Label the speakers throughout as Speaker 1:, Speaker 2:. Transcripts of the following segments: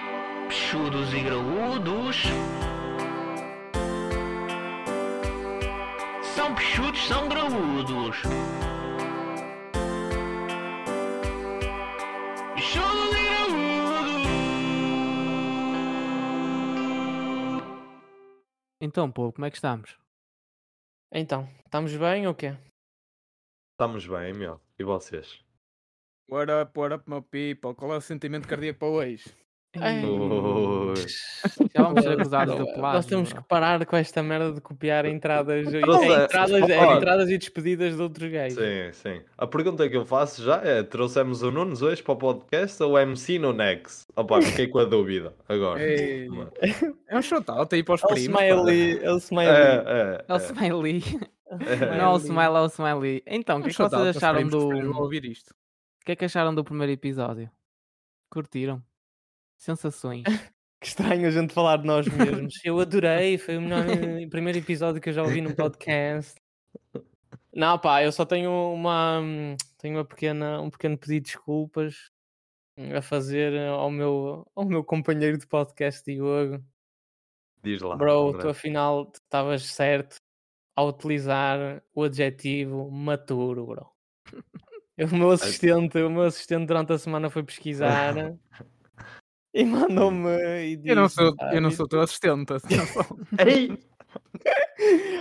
Speaker 1: cabeçudos e graúdos. São peixudos, são graúdos. Peixudos e graúdos.
Speaker 2: Então, povo, como é que estamos?
Speaker 3: Então, estamos bem ou quê?
Speaker 4: Estamos bem, meu. E vocês?
Speaker 3: What up, what up, my people? Qual é o sentimento cardíaco para hoje? Ei.
Speaker 4: Ui.
Speaker 2: Já vamos ser acusados de
Speaker 3: Não,
Speaker 2: plágio.
Speaker 3: Nós temos que parar com esta merda de copiar entradas, e-
Speaker 4: Mas é-
Speaker 3: entradas,
Speaker 4: Olha.
Speaker 3: entradas e despedidas de outros gays.
Speaker 4: Sim, sim. A pergunta que eu faço já é: trouxemos o Nunes hoje para o podcast ou MC no Nex? Opa, fiquei com a dúvida agora.
Speaker 3: Ei.
Speaker 4: Mas-
Speaker 5: É um shoutout aí para os
Speaker 3: É o
Speaker 5: primos. pá.
Speaker 3: smiley, é o smiley.
Speaker 4: É, é,
Speaker 2: É o
Speaker 4: é.
Speaker 2: Smiley.
Speaker 4: É.
Speaker 2: Não, é o Smiley, é o Smiley. Então, o
Speaker 5: Um
Speaker 2: que é que
Speaker 5: shoutout para
Speaker 2: vocês
Speaker 5: os
Speaker 2: acharam
Speaker 5: primos que preferem
Speaker 2: do.
Speaker 5: não ouvir isto.
Speaker 2: O que é que acharam do primeiro episódio? Curtiram? Sensações.
Speaker 3: Que estranho a gente falar de nós mesmos. Eu adorei, foi o melhor eh, primeiro episódio que eu já ouvi num podcast. Não, pá, eu só tenho uma hum, tenho uma pequena, um pequeno pedido de desculpas hum, a fazer eh, ao meu, ao meu companheiro de podcast, Diogo.
Speaker 4: Diz lá.
Speaker 3: Bro,
Speaker 4: André.
Speaker 3: tu afinal estavas certo ao utilizar o adjetivo maturo, bro. Eu- O meu assistente, o meu assistente durante a semana foi pesquisar e mandou-me e
Speaker 5: Eu não
Speaker 3: disse, "Ah,
Speaker 5: sou,
Speaker 3: pá,
Speaker 5: eu não
Speaker 3: isto-
Speaker 5: sou teu assistente. assim, atenção.
Speaker 4: Ei!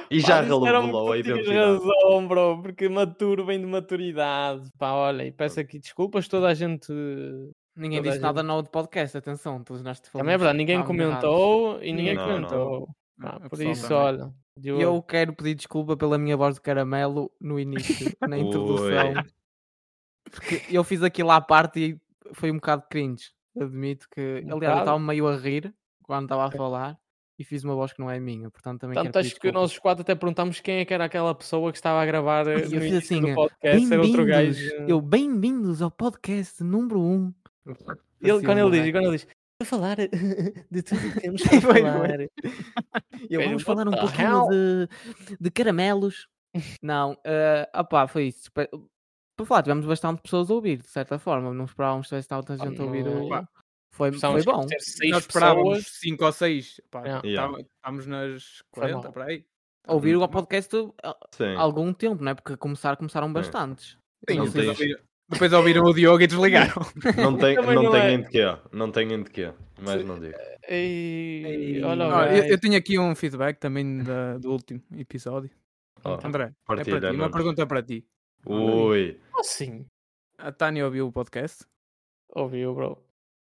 Speaker 4: E já
Speaker 3: Pá, disseram-me
Speaker 4: revelou a
Speaker 3: que tu tinhas
Speaker 4: identidade.
Speaker 3: razão, bro, porque maturo vem de maturidade. Pá, olha, e peço aqui desculpas, toda a gente.
Speaker 2: Ninguém
Speaker 3: Toda a
Speaker 2: disse nada novo de podcast, atenção, todos nós te falamos.
Speaker 3: Também é verdade, ninguém
Speaker 2: Ah,
Speaker 3: comentou e ninguém
Speaker 4: Não, não.
Speaker 3: comentou. Pá,
Speaker 5: A
Speaker 3: Ah, por
Speaker 5: pessoa
Speaker 3: isso,
Speaker 5: também.
Speaker 3: olha.
Speaker 2: E
Speaker 3: Diogo,
Speaker 2: Eu quero pedir desculpa pela minha voz de caramelo no início, na introdução.
Speaker 4: Ui.
Speaker 2: Porque eu fiz aquilo à parte e foi um bocado cringe. Admito que.
Speaker 3: Um
Speaker 2: Aliás, eu
Speaker 3: bocado?
Speaker 2: estava meio a rir quando estava a falar e fiz uma voz que não é minha. Portanto, também
Speaker 3: Tanto
Speaker 2: quero
Speaker 3: acho
Speaker 2: pedir
Speaker 3: que
Speaker 2: desculpa.
Speaker 3: nós quatro até perguntámos quem é que era aquela pessoa que estava a gravar eh,
Speaker 2: eu
Speaker 3: no
Speaker 2: fiz
Speaker 3: início
Speaker 2: assim,
Speaker 3: do
Speaker 2: eh,
Speaker 3: podcast, era outro
Speaker 2: Bem-vindos! assim,
Speaker 3: gajo. eh,
Speaker 2: Eu, bem-vindos ao podcast número 1. Um.
Speaker 3: E ele,
Speaker 2: Assim,
Speaker 3: quando
Speaker 2: um
Speaker 3: ele diz, e
Speaker 2: boneco.
Speaker 3: quando ele diz, a falar de tudo que temos
Speaker 2: Foi,
Speaker 3: para
Speaker 2: foi.
Speaker 3: falar.
Speaker 2: Eu,
Speaker 3: Bem,
Speaker 2: vamos
Speaker 3: what
Speaker 2: falar um
Speaker 3: the
Speaker 2: pouquinho
Speaker 3: hell?
Speaker 2: de, de caramelos. não, ah opá, foi isso. Espe- Por falar, tivemos bastante pessoas a ouvir, de certa forma. Não esperávamos que tivesse tanta gente a ouvir.
Speaker 3: não,
Speaker 2: o-
Speaker 5: pá,
Speaker 2: Foi, foi
Speaker 3: Precisávamos
Speaker 2: bom. Ah,
Speaker 3: ter seis
Speaker 5: Nós esperávamos
Speaker 3: pessoas.
Speaker 5: 5 ou 6.
Speaker 3: Yeah.
Speaker 4: Yeah.
Speaker 5: Estamos nas
Speaker 3: mal.
Speaker 5: 40, por aí.
Speaker 2: Ouvir
Speaker 3: é?
Speaker 2: o podcast ah,
Speaker 5: Tá
Speaker 4: Sim.
Speaker 2: algum tempo, não é? Porque começar, começaram bastantes.
Speaker 5: Sim,
Speaker 4: Não
Speaker 5: um depois,
Speaker 4: tens-
Speaker 5: ouviram, depois ouviram o Diogo e desligaram.
Speaker 4: Não, tem,
Speaker 3: Também
Speaker 4: não
Speaker 3: não
Speaker 4: tenho
Speaker 3: é.
Speaker 4: de quê. Não tenho de quê. Mas
Speaker 3: Sim.
Speaker 4: não digo.
Speaker 5: É
Speaker 3: Ei,
Speaker 2: Ei,
Speaker 3: olha, o
Speaker 2: Não,
Speaker 5: Olha, eu,
Speaker 3: gajo.
Speaker 5: eu tenho aqui um feedback também da- do último episódio.
Speaker 4: Ó,
Speaker 5: André, é
Speaker 4: partilha,
Speaker 5: para ti. Uma
Speaker 4: Nunes.
Speaker 5: pergunta para ti.
Speaker 4: Ui.
Speaker 3: Como assim?
Speaker 5: A Tânia ouviu o podcast?
Speaker 3: Ouviu, bro.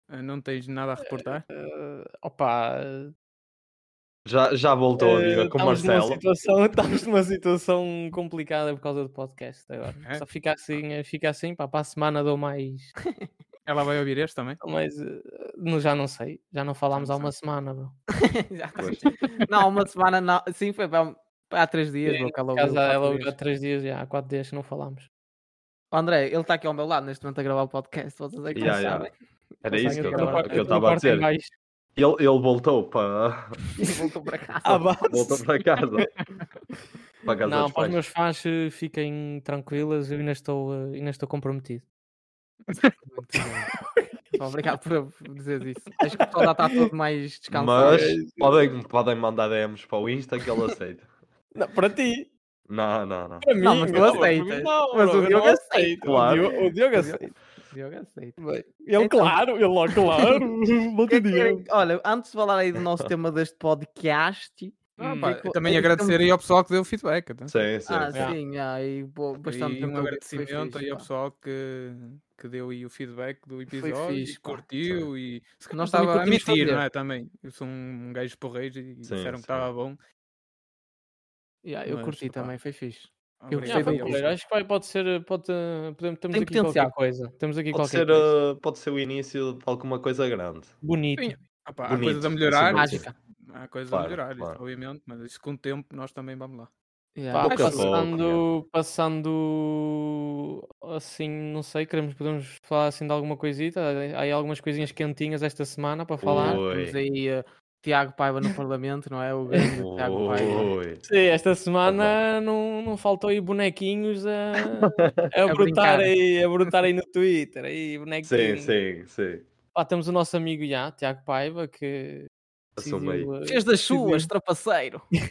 Speaker 5: Ah, Não tens nada a reportar?
Speaker 3: Eh, opa,
Speaker 4: Já, já voltou a
Speaker 3: eh,
Speaker 4: vida com o
Speaker 3: estamos numa
Speaker 4: Marcelo.
Speaker 3: situação- Estamos numa situação complicada por causa do podcast agora.
Speaker 4: Uhum.
Speaker 5: É?
Speaker 3: Só fica assim, eh, fica assim, pá, para a semana dou mais.
Speaker 5: Ela vai ouvir este também?
Speaker 3: Mas eh, não- já não sei, já não falámos há uma semana, bro.
Speaker 2: Já tá-
Speaker 4: Pois.
Speaker 2: não, uma semana não. Sim, foi bom. Há três dias, vou
Speaker 3: Por
Speaker 2: calor.
Speaker 3: causa ela ouviu há três dias, já, há quatro dias que não falámos.
Speaker 2: André, ele está aqui ao meu lado neste momento a gravar o podcast. Vocês é que não
Speaker 4: Yeah, yeah.
Speaker 2: sabem.
Speaker 4: Era
Speaker 3: Sabe
Speaker 4: isso que eu
Speaker 3: aquela
Speaker 2: tava-
Speaker 3: parte-
Speaker 4: estava- que
Speaker 3: aquela
Speaker 4: eu estava a
Speaker 3: parte em
Speaker 4: dizer.
Speaker 3: baixo?
Speaker 4: Ele, ele voltou para
Speaker 2: Voltou para
Speaker 4: Ah,
Speaker 2: cá.
Speaker 4: voltou para casa. para casa
Speaker 3: Não, para
Speaker 4: dos
Speaker 3: os
Speaker 4: pais.
Speaker 3: meus fãs eh, fiquem tranquilas, eu ainda estou, eh, ainda estou comprometido.
Speaker 2: Muito bem. Obrigado por dizer isso. Acho que o pessoal já está todo mais descansado.
Speaker 3: É
Speaker 4: Mas podem, podem mandar DMs para o Insta que ele aceita.
Speaker 3: para ti,
Speaker 4: Não, não, não.
Speaker 3: para mim,
Speaker 2: Não, mas tu
Speaker 3: não, para mim
Speaker 2: aceitas.
Speaker 3: não,
Speaker 2: Mas
Speaker 3: bro,
Speaker 2: o
Speaker 3: eu
Speaker 2: Diogo
Speaker 3: não
Speaker 2: aceita,
Speaker 3: aceito, o
Speaker 4: claro.
Speaker 3: Diogo- O Diogo aceita.
Speaker 2: Diogo aceita.
Speaker 3: Ele,
Speaker 2: Então.
Speaker 3: claro, ele logo, claro, não
Speaker 2: O que é
Speaker 3: te
Speaker 2: que
Speaker 3: digo.
Speaker 2: querem- Olha, antes de falar aí do nosso tema deste podcast.
Speaker 5: Ah,
Speaker 3: Hum,
Speaker 5: pá,
Speaker 2: é que-
Speaker 5: eu também
Speaker 2: é que
Speaker 5: agradecer aí ao pessoal que deu o feedback. atenção.
Speaker 4: Sim, sim.
Speaker 2: Ah,
Speaker 3: sim.
Speaker 2: sim, ah, e bo- bastante
Speaker 5: e
Speaker 2: gente
Speaker 5: um
Speaker 2: a ouvir, foi
Speaker 5: agradecimento
Speaker 2: fixe,
Speaker 5: aí ao
Speaker 2: pá.
Speaker 5: pessoal que, que deu aí o feedback do episódio
Speaker 2: fixe,
Speaker 5: e
Speaker 2: pá.
Speaker 5: curtiu e se calhar
Speaker 2: Nós também
Speaker 5: estava a
Speaker 2: curtimos
Speaker 5: mentir, não
Speaker 2: fazer.
Speaker 5: é? Também. Eu sou um gajo porreiro e
Speaker 4: Sim,
Speaker 5: disseram
Speaker 4: sim.
Speaker 5: que estava bom.
Speaker 2: Yeah, eu
Speaker 5: Mas,
Speaker 2: curti
Speaker 5: pá,
Speaker 2: também, foi fixe.
Speaker 5: Obrigado.
Speaker 2: gostei
Speaker 3: Já, foi
Speaker 2: do
Speaker 3: porreiro,
Speaker 5: Diogo.
Speaker 3: Acho que vai, pode ser, pode, eh, podemos, temos
Speaker 2: Tem
Speaker 3: aqui qualquer
Speaker 2: potencial.
Speaker 3: coisa. Temos aqui
Speaker 4: Pode
Speaker 3: qualquer
Speaker 4: ser,
Speaker 3: coisa.
Speaker 4: uh, pode ser o início de alguma coisa grande.
Speaker 3: Bonito.
Speaker 5: Sim, Ah, pá, há
Speaker 4: Bonito,
Speaker 5: coisas a
Speaker 4: acima
Speaker 5: melhorar.
Speaker 4: de tudo.
Speaker 2: Mágica.
Speaker 5: Há coisas
Speaker 4: Claro,
Speaker 5: a melhorar, isso,
Speaker 4: claro.
Speaker 5: obviamente, mas isso com o tempo nós também vamos lá.
Speaker 2: Yeah.
Speaker 3: Pá,
Speaker 4: Pouco a pouco,
Speaker 3: passando, passando assim, não sei, queremos, podemos falar assim de alguma coisita. Há aí algumas coisinhas quentinhas esta semana para falar.
Speaker 4: Ui.
Speaker 2: Temos aí eh, Tiago Paiva no Parlamento, não é? O grande Tiago Paiva.
Speaker 4: Ui.
Speaker 3: Sim, esta semana não, não faltou aí bonequinhos a, a,
Speaker 2: A
Speaker 3: brotar
Speaker 2: brincar.
Speaker 3: aí, a brotar aí no Twitter. Aí, bonequinho.
Speaker 4: Sim, sim, sim.
Speaker 3: Pá, temos o nosso amigo já, Tiago Paiva, que
Speaker 4: Assume aí.
Speaker 3: decidiu, eh,
Speaker 2: Fez das suas, trapaceiro.
Speaker 3: que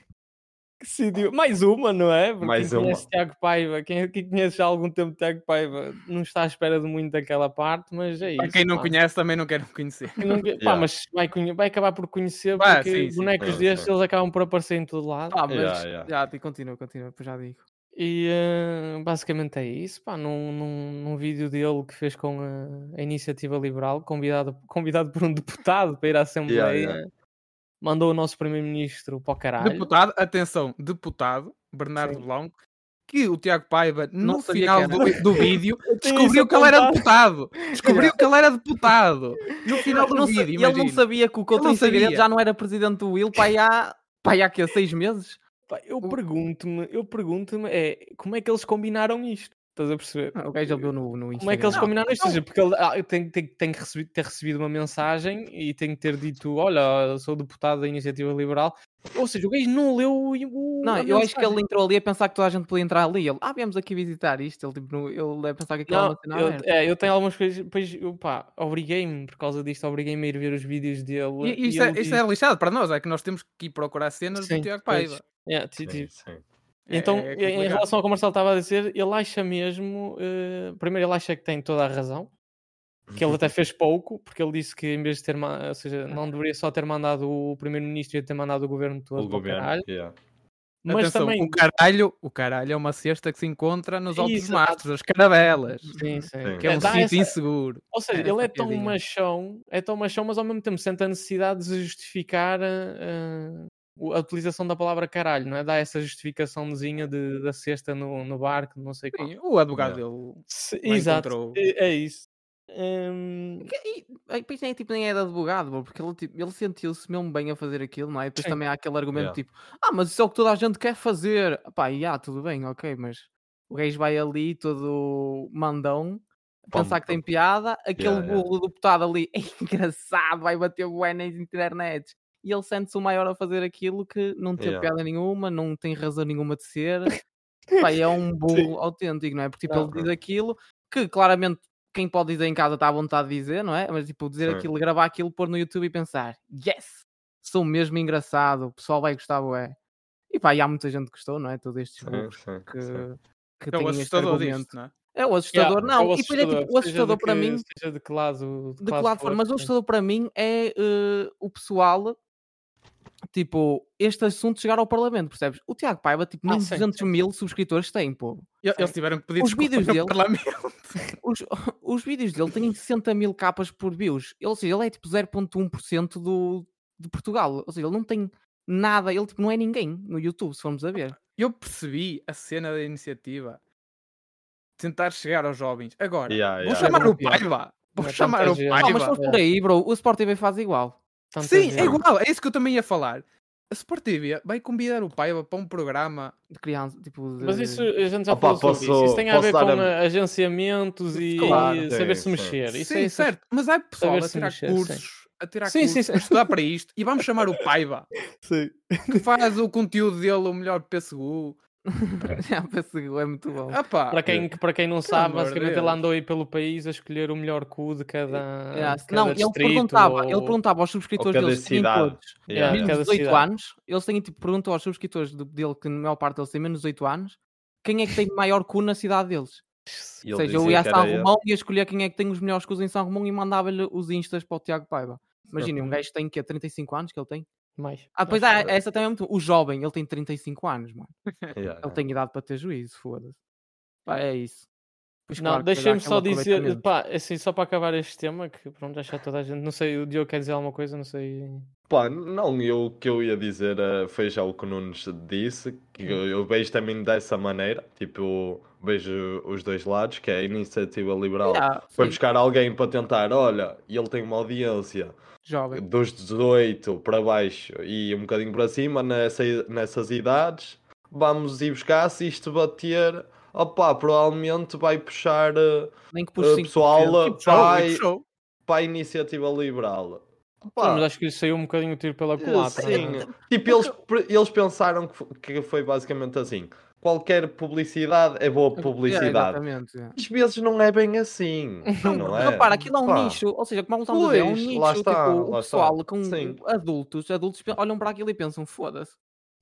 Speaker 3: decidiu- Mais uma, não é? Porque
Speaker 4: Mais
Speaker 3: quem
Speaker 4: uma.
Speaker 3: conhece Tiago Paiva, quem, quem conhece já há algum tempo Tiago Paiva, não está à espera de muito daquela parte, mas é isso.
Speaker 5: Para quem não
Speaker 3: pá.
Speaker 5: conhece, também não quero conhecer.
Speaker 3: Quem não conhe- Pá,
Speaker 4: Yeah.
Speaker 3: mas vai, conhe- vai acabar por conhecer,
Speaker 5: Pá,
Speaker 3: porque
Speaker 5: sim, sim,
Speaker 3: bonecos
Speaker 4: sim,
Speaker 3: destes
Speaker 4: sim.
Speaker 3: eles acabam por aparecer em todo lado.
Speaker 2: Ah, mas.
Speaker 4: Yeah, yeah.
Speaker 2: Já, te- continua, continua, depois já digo.
Speaker 3: E eh, basicamente é isso, pá, num, num, num vídeo dele que fez com a, a Iniciativa Liberal, convidado, convidado por um deputado para ir à Assembleia,
Speaker 4: yeah.
Speaker 3: mandou o nosso Primeiro-Ministro para o caralho.
Speaker 5: Deputado, atenção, deputado Bernardo
Speaker 3: Sim.
Speaker 5: Blanco, que o Tiago Paiva,
Speaker 2: Não
Speaker 5: no
Speaker 2: sabia que
Speaker 5: final
Speaker 2: era.
Speaker 5: do, do vídeo,
Speaker 3: tenho
Speaker 5: descobriu
Speaker 3: isso
Speaker 5: que ele era
Speaker 3: apontado.
Speaker 5: deputado. Descobriu que ele era deputado. No final do
Speaker 2: Não sa-
Speaker 5: vídeo,
Speaker 2: ele não
Speaker 5: imagina.
Speaker 2: sabia que o Coutinho
Speaker 5: não
Speaker 2: Figueiredo
Speaker 5: sabia.
Speaker 2: já não era presidente do Will para aí há, para aí há quê, seis meses?
Speaker 3: Pá, eu pergunto-me, eu pergunto-me, é, como é que eles combinaram isto? Estás a perceber?
Speaker 2: O gajo ouviu no, no Instagram.
Speaker 3: Como é que eles
Speaker 2: Ah, Não,
Speaker 3: combinaram isto? Ou seja, Porque ele ah, eu tenho, tenho, tenho que recebi- ter recebido uma mensagem e tenho que ter dito: Olha, eu sou deputado da Iniciativa Liberal. Ou seja, o gajo não leu o. o-
Speaker 2: Não,
Speaker 3: a
Speaker 2: eu acho que
Speaker 3: mensagem.
Speaker 2: ele entrou ali a pensar que toda a gente podia entrar ali. Ele, ah, viemos aqui visitar isto. Ele, tipo, no- ele a pensar que aquilo era
Speaker 3: Não,
Speaker 2: uma cena
Speaker 3: eu,
Speaker 2: aberta.
Speaker 3: é, eu tenho algumas coisas. Pois, eu, pá, obriguei-me por causa disto, obriguei-me a ir ver os vídeos dele.
Speaker 5: E- e Isto, é,
Speaker 3: ele
Speaker 5: isto é lixado para nós, é que nós temos que ir procurar cenas
Speaker 3: Sim,
Speaker 5: do Tiago
Speaker 3: pois.
Speaker 5: Paiva.
Speaker 3: diz- é, ti-
Speaker 4: Sim,
Speaker 3: ti-
Speaker 4: sim.
Speaker 5: É-
Speaker 3: Então,
Speaker 5: é
Speaker 3: em- em
Speaker 5: complicado.
Speaker 3: relação ao que o Marcelo estava a dizer, ele acha mesmo. eh, primeiro, ele acha que tem toda a razão. que
Speaker 4: Uhum.
Speaker 3: ele até fez pouco, porque ele disse que em vez de ter, ma- ou
Speaker 4: Ah.
Speaker 3: seja, não deveria só ter mandado o primeiro-ministro, ia ter mandado o governo todo
Speaker 4: O
Speaker 3: para o
Speaker 4: governo.
Speaker 3: caralho.
Speaker 4: yeah.
Speaker 3: Mas
Speaker 5: Atenção,
Speaker 3: também
Speaker 5: o caralho, o caralho é uma cesta que se encontra nos altos
Speaker 3: Exato.
Speaker 5: mastros, as carabelas,
Speaker 3: Sim, sim.
Speaker 4: Sim.
Speaker 5: que é um
Speaker 3: Dá
Speaker 5: sítio
Speaker 3: essa-
Speaker 5: inseguro.
Speaker 3: Ou seja,
Speaker 5: essa
Speaker 3: ele é tão
Speaker 5: piadinha.
Speaker 3: machão, é tão machão, mas ao mesmo tempo sente a necessidade de se justificar a, a- o- a utilização da palavra caralho, não é? Dá essa justificaçãozinha de, da cesta no, no barco, não sei qual.
Speaker 5: Sim, o advogado dele. é um
Speaker 3: Se-
Speaker 5: lá
Speaker 3: Exato,
Speaker 5: encontrou.
Speaker 3: é, é isso. Hum,
Speaker 2: E, e depois nem, tipo, nem era advogado, bro, porque ele, tipo, ele sentiu-se mesmo bem a fazer aquilo, não é? E depois
Speaker 3: Sim.
Speaker 2: também há aquele argumento
Speaker 4: Yeah.
Speaker 2: tipo, ah, mas isso é o que toda a gente quer fazer. Pá, e ah, tudo bem, ok, mas o gajo vai ali todo mandão, a
Speaker 4: Pom,
Speaker 2: pensar que tem
Speaker 4: pom.
Speaker 2: piada, aquele
Speaker 4: Yeah, yeah.
Speaker 2: burro do deputado ali, é engraçado, vai bater bué nas internet. E ele sente-se o maior a fazer aquilo que não tem
Speaker 4: Yeah.
Speaker 2: piada nenhuma, não tem razão nenhuma de ser. Pá, e é um burro autêntico, não é? Porque tipo,
Speaker 3: Não.
Speaker 2: ele diz aquilo que claramente quem pode dizer em casa está à vontade de dizer, não é? Mas tipo, dizer
Speaker 4: Sim.
Speaker 2: aquilo, gravar aquilo, pôr no YouTube e pensar, yes, sou mesmo engraçado, o pessoal vai gostar, ué. E pá, e há muita gente que gostou, não é? Todos estes
Speaker 4: Sim,
Speaker 2: burros
Speaker 4: sim,
Speaker 2: que,
Speaker 4: sim.
Speaker 2: que
Speaker 5: É
Speaker 2: têm
Speaker 5: o
Speaker 2: este
Speaker 5: assustador
Speaker 2: argumento.
Speaker 5: disto, não é?
Speaker 2: É o assustador,
Speaker 4: Yeah,
Speaker 2: não.
Speaker 3: é o
Speaker 2: e depois é tipo, o
Speaker 3: seja
Speaker 2: assustador
Speaker 3: de
Speaker 2: para
Speaker 3: que-
Speaker 2: mim,
Speaker 3: Seja de que lado,
Speaker 2: de que lado for, mas o
Speaker 3: sim.
Speaker 2: assustador para mim é eh, o pessoal, tipo, este assunto chegar ao Parlamento, percebes? O Tiago Paiva, tipo,
Speaker 3: Ah,
Speaker 2: nem
Speaker 3: sim,
Speaker 2: 200 mil subscritores tem, pô.
Speaker 5: E- Eles tiveram que pedir
Speaker 2: Os
Speaker 5: desculpa
Speaker 2: vídeos
Speaker 5: no
Speaker 2: dele-
Speaker 5: parlamento.
Speaker 2: Os, os vídeos dele têm 60 mil capas por views. Ele, ou seja, ele é tipo 0.1% do, de Portugal. Ou seja, ele não tem nada, ele tipo, não é ninguém no YouTube, se formos a ver.
Speaker 5: Eu percebi a cena da iniciativa. Tentar chegar aos jovens. Agora,
Speaker 4: Yeah,
Speaker 5: vou
Speaker 4: yeah.
Speaker 5: chamar o
Speaker 3: Pior.
Speaker 5: Paiva. Vou
Speaker 3: Não é
Speaker 5: chamar
Speaker 3: tanta
Speaker 5: o
Speaker 3: gente.
Speaker 2: Ah, mas
Speaker 5: Paiva.
Speaker 2: faz
Speaker 3: é.
Speaker 2: por aí, bro. O Sport TV faz igual.
Speaker 3: Tanta
Speaker 5: Sim,
Speaker 3: gente.
Speaker 5: é igual, é isso que eu também ia falar. A Sport TV vai convidar o Paiva para um programa.
Speaker 2: De criança, tipo. De...
Speaker 3: Mas isso a gente já
Speaker 4: Opa,
Speaker 3: falou sobre isso. Isso
Speaker 4: posso-
Speaker 3: tem a ver com
Speaker 4: posso dar a-
Speaker 3: ah, agenciamentos e
Speaker 4: Claro,
Speaker 3: e
Speaker 4: sim,
Speaker 3: saber se
Speaker 4: sim.
Speaker 3: mexer. Isso
Speaker 5: Sim,
Speaker 3: é
Speaker 5: certo. Mas há pessoal a
Speaker 3: se
Speaker 5: tirar
Speaker 3: mexer, sim.
Speaker 5: cursos, a tirar
Speaker 3: Sim, sim,
Speaker 5: cursos, a
Speaker 3: sim.
Speaker 5: estudar para isto. E vamos chamar o Paiva,
Speaker 3: Sim.
Speaker 5: que faz o conteúdo dele o melhor PSU.
Speaker 2: Já pensei, é muito bom.
Speaker 5: Ah pá,
Speaker 3: Para quem, que- para quem não sabe,
Speaker 5: amor de
Speaker 3: basicamente ele
Speaker 5: Deus.
Speaker 3: andou aí pelo país a escolher o melhor cu de cada.
Speaker 2: Yeah,
Speaker 3: de
Speaker 2: não,
Speaker 3: Ah, cada
Speaker 2: ele
Speaker 3: distrito
Speaker 2: perguntava, ele
Speaker 3: ou-
Speaker 2: perguntava aos subscritores
Speaker 4: cada
Speaker 2: deles, que têm
Speaker 4: cidade.
Speaker 2: todos,
Speaker 3: Yeah,
Speaker 4: Yeah,
Speaker 2: menos
Speaker 4: yeah.
Speaker 3: cada
Speaker 2: 18
Speaker 3: cidade.
Speaker 2: anos, eles têm tipo, perguntam aos subscritores de- dele, que na maior parte deles têm menos 18 anos, quem é que tem maior cu na cidade deles.
Speaker 4: E
Speaker 2: Ou
Speaker 4: ele
Speaker 2: seja, eu
Speaker 4: dizia
Speaker 2: ia a
Speaker 4: que
Speaker 2: São
Speaker 4: era ele.
Speaker 2: Romão e ia escolher quem é que tem os melhores cus em São Romão e mandava-lhe os instas para o Tiago Paiva. Imaginem, um gajo tem que é 35 anos que ele tem.
Speaker 3: Mais.
Speaker 2: Ah, pois há, essa também é muito. O jovem, ele tem 35 anos, mano.
Speaker 4: Yeah,
Speaker 2: Ele tem idade para ter juízo, foda-se. Pá, é isso. Pois
Speaker 3: Não,
Speaker 2: claro que depois há
Speaker 3: deixem-me só
Speaker 2: aquele
Speaker 3: dizer,
Speaker 2: aproveitamento.
Speaker 3: pá, assim, só para acabar este tema, que pronto, já está toda a gente. Não sei, o Diogo quer dizer alguma coisa, não sei.
Speaker 4: Pá, não, eu, o que eu ia dizer eh, foi já o que o Nunes disse, que
Speaker 2: Hum.
Speaker 4: eu, eu vejo também dessa maneira, tipo, vejo os dois lados, que é a iniciativa liberal
Speaker 2: Yeah, Ah,
Speaker 4: foi
Speaker 2: sim,
Speaker 4: buscar alguém para tentar, olha, e ele tem uma audiência
Speaker 2: jovem.
Speaker 4: dos 18 para baixo e um bocadinho para cima nessa, nessas idades, vamos ir buscar, se isto bater, opá, provavelmente vai puxar eh,
Speaker 2: Nem que
Speaker 4: eh,
Speaker 2: puxe 5%.
Speaker 4: pessoal
Speaker 2: Tipo,
Speaker 4: eh,
Speaker 5: Show,
Speaker 4: para, a-
Speaker 5: show.
Speaker 4: para a iniciativa liberal.
Speaker 3: Pá,
Speaker 4: Opá,
Speaker 3: mas acho que isso saiu um
Speaker 5: Eh,
Speaker 3: bocadinho o tiro pela culatra.
Speaker 4: Sim.
Speaker 3: não é?
Speaker 4: Tipo, eles, pre- eles pensaram que fo- que foi basicamente assim. qualquer publicidade é boa
Speaker 2: É,
Speaker 4: publicidade.
Speaker 2: exatamente. é.
Speaker 4: Às vezes não é bem assim. Não é?
Speaker 2: Repara, aquilo é um
Speaker 4: Pá.
Speaker 2: nicho, ou seja, como há uns anos é um
Speaker 4: Pois,
Speaker 2: nicho,
Speaker 4: lá está,
Speaker 2: tipo, o
Speaker 4: lá está.
Speaker 2: pessoal com
Speaker 4: Sim.
Speaker 2: adultos, adultos pe- olham para aquilo e pensam, foda-se,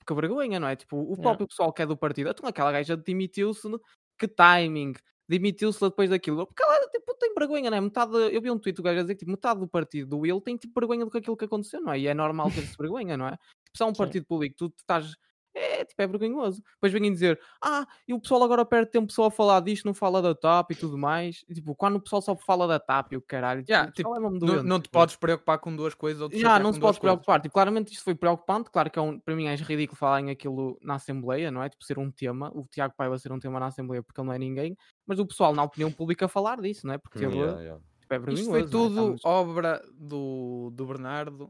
Speaker 2: que vergonha, não é? Tipo, o
Speaker 3: É.
Speaker 2: próprio pessoal que é do partido, então aquela gaja demitiu-se, no- que timing, demitiu-se depois daquilo, porque ela, tipo, tem vergonha, não é? Metade, eu vi um tweet do gajo a dizer que tipo, metade do partido do Will tem, tipo, vergonha do que aquilo que aconteceu, não é? E é normal ter-se vergonha, não é? Tipo, se há um partido público, tu estás... É, tipo, é vergonhoso. Depois vêm dizer, ah, e o pessoal agora perde tempo só a falar disto, não fala da TAP e tudo mais. E, tipo, quando o pessoal só fala da TAP e o caralho,
Speaker 5: Yeah,
Speaker 2: tipo, o pessoal é mesmo
Speaker 5: Não,
Speaker 2: doente,
Speaker 5: não te
Speaker 2: tipo.
Speaker 5: podes preocupar com duas coisas ou te
Speaker 2: Já,
Speaker 5: chatear
Speaker 2: não
Speaker 5: com
Speaker 2: se
Speaker 5: duas
Speaker 2: pode
Speaker 5: coisas.
Speaker 2: preocupar. Tipo, claramente isto foi preocupante. Claro que é um, para mim é ridículo falarem aquilo na Assembleia, não é? Tipo, ser um tema. O Tiago Paiva ser um tema na Assembleia porque ele não é ninguém. Mas o pessoal na opinião pública falar disso, não é? Porque teve,
Speaker 4: Hum, Yeah, yeah.
Speaker 2: tipo, é
Speaker 5: Isto
Speaker 2: vergonhoso.
Speaker 5: foi
Speaker 2: não é?
Speaker 5: tudo
Speaker 2: Estamos-
Speaker 5: obra do, do Bernardo,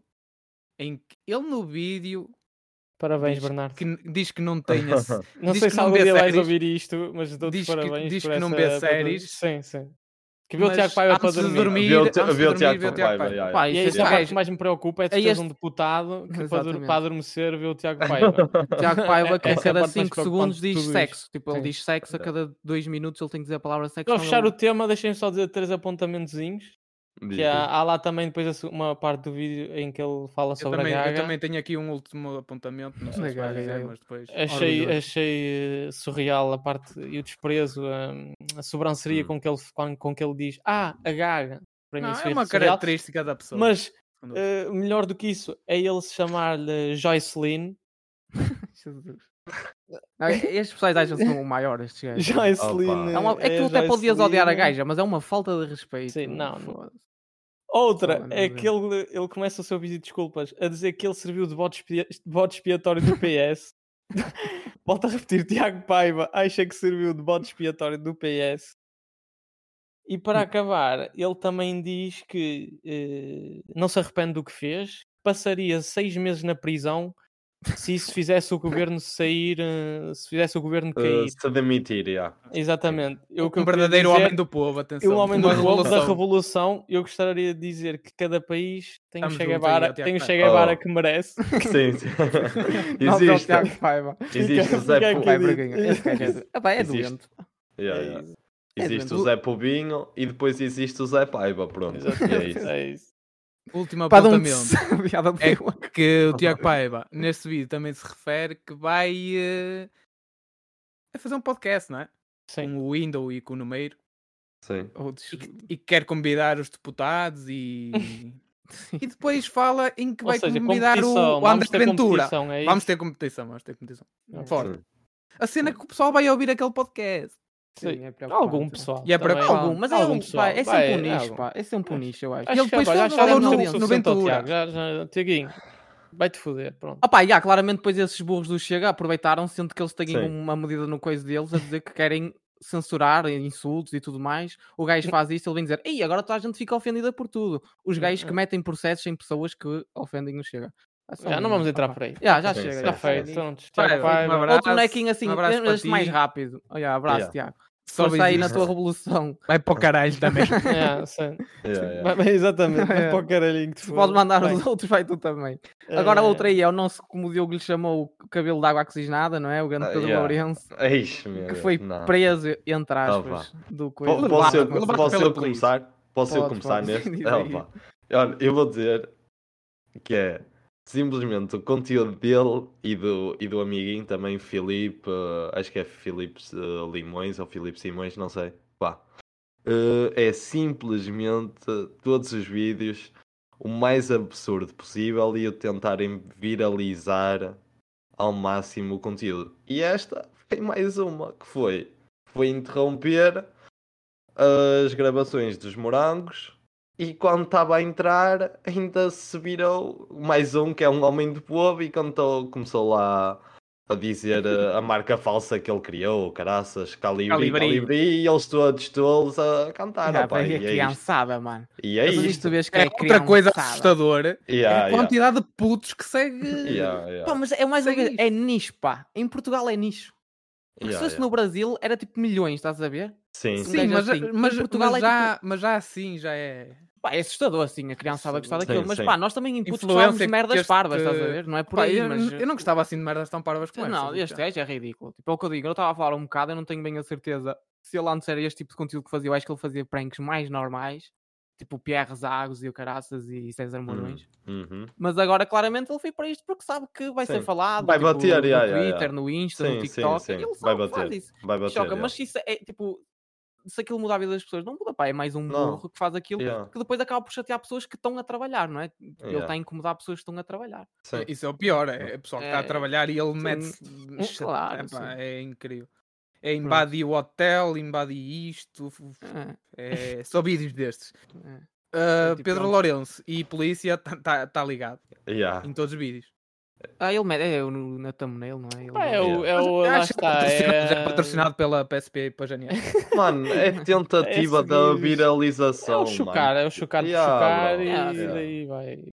Speaker 5: em que ele no vídeo
Speaker 3: Parabéns,
Speaker 5: diz
Speaker 3: Bernardo.
Speaker 5: que, n- diz que não tem a
Speaker 3: Não
Speaker 5: diz
Speaker 3: sei
Speaker 5: que
Speaker 3: se
Speaker 5: não
Speaker 3: algum
Speaker 5: vê
Speaker 3: dia vais
Speaker 5: séries.
Speaker 3: ouvir isto, mas dou-te
Speaker 5: Diz que-
Speaker 3: parabéns
Speaker 5: diz
Speaker 3: por
Speaker 5: que não
Speaker 3: essa-
Speaker 5: vê
Speaker 3: por-
Speaker 5: séries.
Speaker 3: Sim, sim. Que vê o
Speaker 5: Mas
Speaker 3: Tiago Paiva para
Speaker 5: antes de
Speaker 3: dormir.
Speaker 5: dormir-
Speaker 4: Vê o
Speaker 5: antes de
Speaker 4: Ti- vê o
Speaker 5: dormir,
Speaker 4: Tiago
Speaker 5: vê o Tiago
Speaker 4: Paiva, yeah,
Speaker 5: Paiva.
Speaker 4: yeah.
Speaker 2: Pá,
Speaker 3: E
Speaker 2: isso
Speaker 3: é
Speaker 2: é
Speaker 3: isso é a
Speaker 2: surreal.
Speaker 3: parte que mais me preocupa, é tu
Speaker 2: É
Speaker 3: teres
Speaker 2: este-
Speaker 3: um deputado que para, dur-
Speaker 2: Exatamente.
Speaker 3: para adormecer vê o Tiago Paiva.
Speaker 2: Tiago Paiva, que a
Speaker 3: Essa é a
Speaker 2: cada
Speaker 3: parte mais
Speaker 2: 5 segundos
Speaker 3: preocupante de
Speaker 2: diz
Speaker 3: tudo
Speaker 2: sexo. Tipo, ele
Speaker 3: Sim.
Speaker 2: diz sexo a cada 2 minutos, ele tem que dizer a um. palavra sexo.
Speaker 3: Para
Speaker 2: senão
Speaker 3: fechar
Speaker 2: ele-
Speaker 3: o tema, deixem só dizer três apontamentozinhos. Que há, há lá também depois a se- uma parte do vídeo em que ele fala
Speaker 5: Eu
Speaker 3: sobre
Speaker 5: também,
Speaker 3: a
Speaker 5: eu
Speaker 3: gaga.
Speaker 5: também tenho aqui um último apontamento, não sei se vai
Speaker 2: gaga,
Speaker 5: dizer,
Speaker 2: eu-
Speaker 5: mas depois.
Speaker 3: Achei,
Speaker 2: Orgulhoso.
Speaker 3: achei eh, surreal a parte e o desprezo, a, a sobranceria
Speaker 4: Hum.
Speaker 3: com, que ele, com, com que ele diz Ah, a gaga. Para mim
Speaker 5: Não,
Speaker 3: isso
Speaker 5: é
Speaker 3: foi
Speaker 5: uma
Speaker 3: surreal.
Speaker 5: característica da pessoa. Um
Speaker 3: Mas
Speaker 5: sem dúvida.
Speaker 3: eh, melhor do que isso é ele se chamar-lhe Joycelyn.
Speaker 2: Jesus. Não, é estes pessoais acham-se o maior, estes gajos.
Speaker 3: Joycelyn.
Speaker 4: Opa.
Speaker 2: É, uma- é
Speaker 3: eh,
Speaker 2: que tu até podias
Speaker 3: Joycelyn.
Speaker 2: odiar a gaja, mas é uma falta de respeito.
Speaker 3: Sim, não, não.
Speaker 2: foda-se.
Speaker 3: Outra
Speaker 2: Não,
Speaker 3: é
Speaker 2: não
Speaker 3: que ele, ele começa o seu vídeo de desculpas a dizer que ele serviu de bode, expia- bode expiatório do PS. Volto a repetir, Tiago Paiva acha que serviu de bode expiatório do PS. E
Speaker 5: Hum.
Speaker 3: para acabar, ele também diz que eh, não se arrepende do que fez, passaria seis meses na prisão se isso fizesse o governo sair, eh, se fizesse o governo
Speaker 5: Ah,
Speaker 4: Uh,
Speaker 3: cair.
Speaker 4: se demitir, yeah.
Speaker 3: Exatamente. Eu, o que
Speaker 5: um
Speaker 3: eu queria
Speaker 5: verdadeiro
Speaker 3: dizer-
Speaker 5: homem do povo, atenção.
Speaker 3: eu, homem do
Speaker 5: Uma
Speaker 3: povo da
Speaker 5: revolução.
Speaker 3: revolução, eu gostaria de dizer que cada país tem o
Speaker 5: Estamos
Speaker 3: Che
Speaker 5: juntos aí,
Speaker 3: Guevara,
Speaker 5: ó, Tiago
Speaker 3: tem o
Speaker 5: Paiva.
Speaker 3: Che Guevara
Speaker 4: Oh.
Speaker 3: que merece.
Speaker 4: Sim, sim.
Speaker 2: Não, não,
Speaker 4: existe.
Speaker 2: Tiago Paiva.
Speaker 4: Existe
Speaker 3: Fica-
Speaker 4: o Zé
Speaker 3: fica
Speaker 4: Pu-
Speaker 3: aqui.
Speaker 2: Vai, Braguinha. Esse gajo é- Ah, pá, é
Speaker 4: Existe.
Speaker 2: doente.
Speaker 4: Yeah,
Speaker 3: É
Speaker 4: yeah.
Speaker 3: isso,
Speaker 2: É
Speaker 4: Existe o
Speaker 2: doente.
Speaker 4: Zé Pubinho e depois existe o Zé Paiva, pronto. É
Speaker 3: exatamente,
Speaker 4: isso.
Speaker 3: é isso.
Speaker 5: Último
Speaker 2: Pá, dá um
Speaker 5: apontamento.
Speaker 2: piada
Speaker 5: É
Speaker 2: boa.
Speaker 5: que o Tiago Paiva, neste vídeo, também se refere que vai eh, a fazer um podcast, não é?
Speaker 3: Sim.
Speaker 5: Com o Window e com o Numeiro.
Speaker 4: Sim.
Speaker 2: Oh,
Speaker 5: E, que- e que quer convidar os deputados e. e depois fala em que
Speaker 3: Ou
Speaker 5: vai
Speaker 3: seja,
Speaker 5: convidar o,
Speaker 3: competição,
Speaker 5: o André
Speaker 3: vamos ter
Speaker 5: Ventura.
Speaker 3: competição, é
Speaker 5: Vamos
Speaker 3: isso? É.
Speaker 5: ter competição, vamos ter competição.
Speaker 3: Não,
Speaker 5: Forte. A cena é que o pessoal vai ouvir aquele podcast.
Speaker 3: sim.
Speaker 2: Sim, é
Speaker 3: Algum
Speaker 2: preocupante.
Speaker 3: pessoal.
Speaker 5: E é
Speaker 3: também.
Speaker 5: para-
Speaker 2: Algum, mas é
Speaker 3: Algum
Speaker 2: algum,
Speaker 3: pessoal,
Speaker 2: pá, é
Speaker 3: vai,
Speaker 2: sempre um nicho,
Speaker 3: algum.
Speaker 2: pá, é sempre um nicho, eu acho.
Speaker 3: Acho
Speaker 2: E ele
Speaker 3: que
Speaker 2: depois um
Speaker 3: já-
Speaker 2: falou
Speaker 3: já
Speaker 2: falou
Speaker 3: demos
Speaker 2: no
Speaker 3: tempo
Speaker 5: no
Speaker 3: suficiente ao
Speaker 5: Ventura.
Speaker 3: Tiago, Já, já, Tiaguinho, vai-te foder, pronto.
Speaker 2: Ah pá, já, claramente depois esses burros do Chega aproveitaram, sendo que eles têm
Speaker 4: Sim.
Speaker 2: uma medida no coisa deles a dizer que querem censurar insultos e tudo mais. O gajo faz isto, ele vem dizer, ei, agora toda a gente fica ofendida por tudo. Os gajos que
Speaker 3: é.
Speaker 2: metem processos em pessoas que ofendem o Chega. É só
Speaker 3: Já,
Speaker 2: um- é
Speaker 3: não vamos entrar
Speaker 2: opá.
Speaker 3: por aí.
Speaker 2: Já, já
Speaker 4: Sim,
Speaker 2: chega.
Speaker 4: sim,
Speaker 2: já
Speaker 3: Está
Speaker 4: sim.
Speaker 2: chega
Speaker 3: feito,
Speaker 2: disso.
Speaker 3: pronto.
Speaker 5: Vai,
Speaker 3: Tiago
Speaker 5: vai,
Speaker 3: Paiva.
Speaker 5: um abraço.
Speaker 2: Outro bonequinho assim,
Speaker 5: um abraço
Speaker 2: este
Speaker 5: para
Speaker 2: mais
Speaker 5: ti.
Speaker 2: rápido. Olha, abraço,
Speaker 4: Yeah.
Speaker 2: Tiago.
Speaker 5: Só
Speaker 2: Força aí na
Speaker 5: existe.
Speaker 2: tua revolução.
Speaker 5: Vai para o caralho também.
Speaker 3: É, sim.
Speaker 4: Yeah, yeah.
Speaker 3: Vai- vai- Exatamente, vai
Speaker 2: É.
Speaker 3: para o caralhinho que te
Speaker 2: Se podes
Speaker 3: foda.
Speaker 2: mandar
Speaker 3: Bem,
Speaker 2: os outros, vai tu também. Agora a
Speaker 3: eh,
Speaker 2: outra aí é o nosso, como o Diogo lhe chamou, o cabelo de água oxigenada, não é? O grande
Speaker 4: Ah,
Speaker 2: Pedro
Speaker 4: yeah.
Speaker 2: Lourenço,
Speaker 4: Eixe, meu
Speaker 2: que
Speaker 4: Deus,
Speaker 2: foi
Speaker 4: não.
Speaker 2: preso, entre
Speaker 4: vá.
Speaker 2: aspas, do coisa.
Speaker 4: Po- Posso eu,
Speaker 5: Levado
Speaker 4: posso
Speaker 5: pela
Speaker 4: eu
Speaker 5: polícia.
Speaker 4: começar? Posso eu
Speaker 2: Pode,
Speaker 4: começar
Speaker 2: pode.
Speaker 4: neste?
Speaker 2: Diz
Speaker 4: Ah,
Speaker 2: aí.
Speaker 4: vá. Olha, eu vou dizer que é simplesmente o conteúdo dele e do, e do amiguinho também, Filipe, eh, acho que é Filipe eh, Limões ou Filipe Simões, não sei. Vá. Eh, é simplesmente todos os vídeos o mais absurdo possível e o tentarem viralizar ao máximo o conteúdo. E esta foi mais uma que foi. Foi interromper as gravações dos morangos e quando estava a entrar ainda se virou mais um que é um homem de povo e cantou, começou lá a dizer eh, a marca falsa que ele criou, caraças, Calibri,
Speaker 5: Calibri.
Speaker 4: Calibri, e eles todos tolos a cantar,
Speaker 2: Ah,
Speaker 4: opá,
Speaker 2: pá, e
Speaker 4: e
Speaker 2: a
Speaker 4: é isto.
Speaker 2: criançada, mano.
Speaker 4: E é
Speaker 2: Mas isto
Speaker 4: isto.
Speaker 2: vês que é,
Speaker 5: É, outra coisa
Speaker 2: criançada.
Speaker 5: assustadora
Speaker 4: Yeah,
Speaker 5: é a
Speaker 4: yeah,
Speaker 5: quantidade de putos que segue.
Speaker 4: yeah, yeah,
Speaker 2: Pá, mas é mais uma
Speaker 5: Segue
Speaker 2: vez, é nicho, pá. Em Portugal é nicho. Porque
Speaker 4: yeah,
Speaker 2: se fosse
Speaker 4: yeah.
Speaker 2: no Brasil, era tipo milhões, estás a ver?
Speaker 4: Sim,
Speaker 2: Um
Speaker 5: Sim,
Speaker 2: gajo
Speaker 5: mas,
Speaker 2: assim. Em
Speaker 5: mas,
Speaker 2: Portugal
Speaker 5: mas
Speaker 2: é
Speaker 5: já, mas já assim já é.
Speaker 2: Pá, é assustador, assim, a criançada gostar
Speaker 4: Sim,
Speaker 2: daquilo. Mas
Speaker 4: sim.
Speaker 2: pá, nós também em putos
Speaker 5: Influencer
Speaker 2: gostávamos de
Speaker 5: que
Speaker 2: merdas
Speaker 5: este-
Speaker 2: parvas, estás a ver? Não é por
Speaker 5: Pá,
Speaker 2: aí,
Speaker 5: eu,
Speaker 2: mas...
Speaker 5: eu não gostava assim de merdas tão parvas como esta.
Speaker 2: Não, este
Speaker 5: é.
Speaker 2: gajo é ridículo. Tipo, é o que eu digo. Eu estava a falar um bocado, eu não tenho bem a certeza se ele antes era este tipo de conteúdo que fazia. Eu acho que ele fazia pranks mais normais, tipo Pierre Zagos e o Caraças e
Speaker 4: Hum.
Speaker 2: César Mourões.
Speaker 4: Uhum.
Speaker 2: Mas agora, claramente, ele foi para isto porque sabe que vai ser
Speaker 4: Sim.
Speaker 2: falado
Speaker 4: Vai
Speaker 2: tipo,
Speaker 4: bater,
Speaker 2: no
Speaker 4: ya, ya,
Speaker 2: Twitter,
Speaker 4: ya.
Speaker 2: no Insta,
Speaker 4: Sim,
Speaker 2: no
Speaker 4: sim,
Speaker 2: TikTok.
Speaker 4: sim.
Speaker 2: Ele sabe
Speaker 4: Vai
Speaker 2: que faz
Speaker 4: bater.
Speaker 2: isso.
Speaker 4: Vai bater.
Speaker 2: Choca,
Speaker 4: yeah.
Speaker 2: mas se isso é tipo. Se aquilo muda a vida das pessoas, não muda, pá. É mais um
Speaker 4: Não.
Speaker 2: burro que faz aquilo
Speaker 4: Yeah,
Speaker 2: que depois acaba por chatear pessoas que estão a trabalhar, não é? Ele
Speaker 4: Yeah.
Speaker 2: está a incomodar pessoas que estão a trabalhar.
Speaker 4: sim.
Speaker 5: Isso é o pior, é a pessoa que
Speaker 2: É,
Speaker 5: está
Speaker 2: Hum,
Speaker 5: a trabalhar e ele mete-se.
Speaker 2: claro,
Speaker 5: Epá,
Speaker 2: sim.
Speaker 5: é incrível. É invade o hotel, invade isto. f- f-
Speaker 2: É.
Speaker 5: É, só vídeos destes.
Speaker 2: É.
Speaker 5: Ah,
Speaker 2: É tipo,
Speaker 5: Pedro
Speaker 2: pronto.
Speaker 5: Lourenço e polícia está tá, tá ligado
Speaker 4: Yeah.
Speaker 5: em todos os vídeos.
Speaker 2: Ah, ele mete. É o no- na thumbnail, não é? Ele
Speaker 3: Pá, é
Speaker 2: mete-
Speaker 3: o, é
Speaker 5: Mas
Speaker 3: o
Speaker 5: eu
Speaker 3: lá
Speaker 5: acho que é
Speaker 3: está.
Speaker 5: patrocinado- Já
Speaker 3: é-
Speaker 5: é patrocinado pela PSP e para Janiel.
Speaker 4: Mano, é tentativa da
Speaker 3: seguir- É
Speaker 4: viralização.
Speaker 3: o chocar,
Speaker 4: mano.
Speaker 3: é o chocar de
Speaker 4: Yeah,
Speaker 3: chocar
Speaker 4: bro,
Speaker 3: e
Speaker 2: yeah.
Speaker 3: daí vai.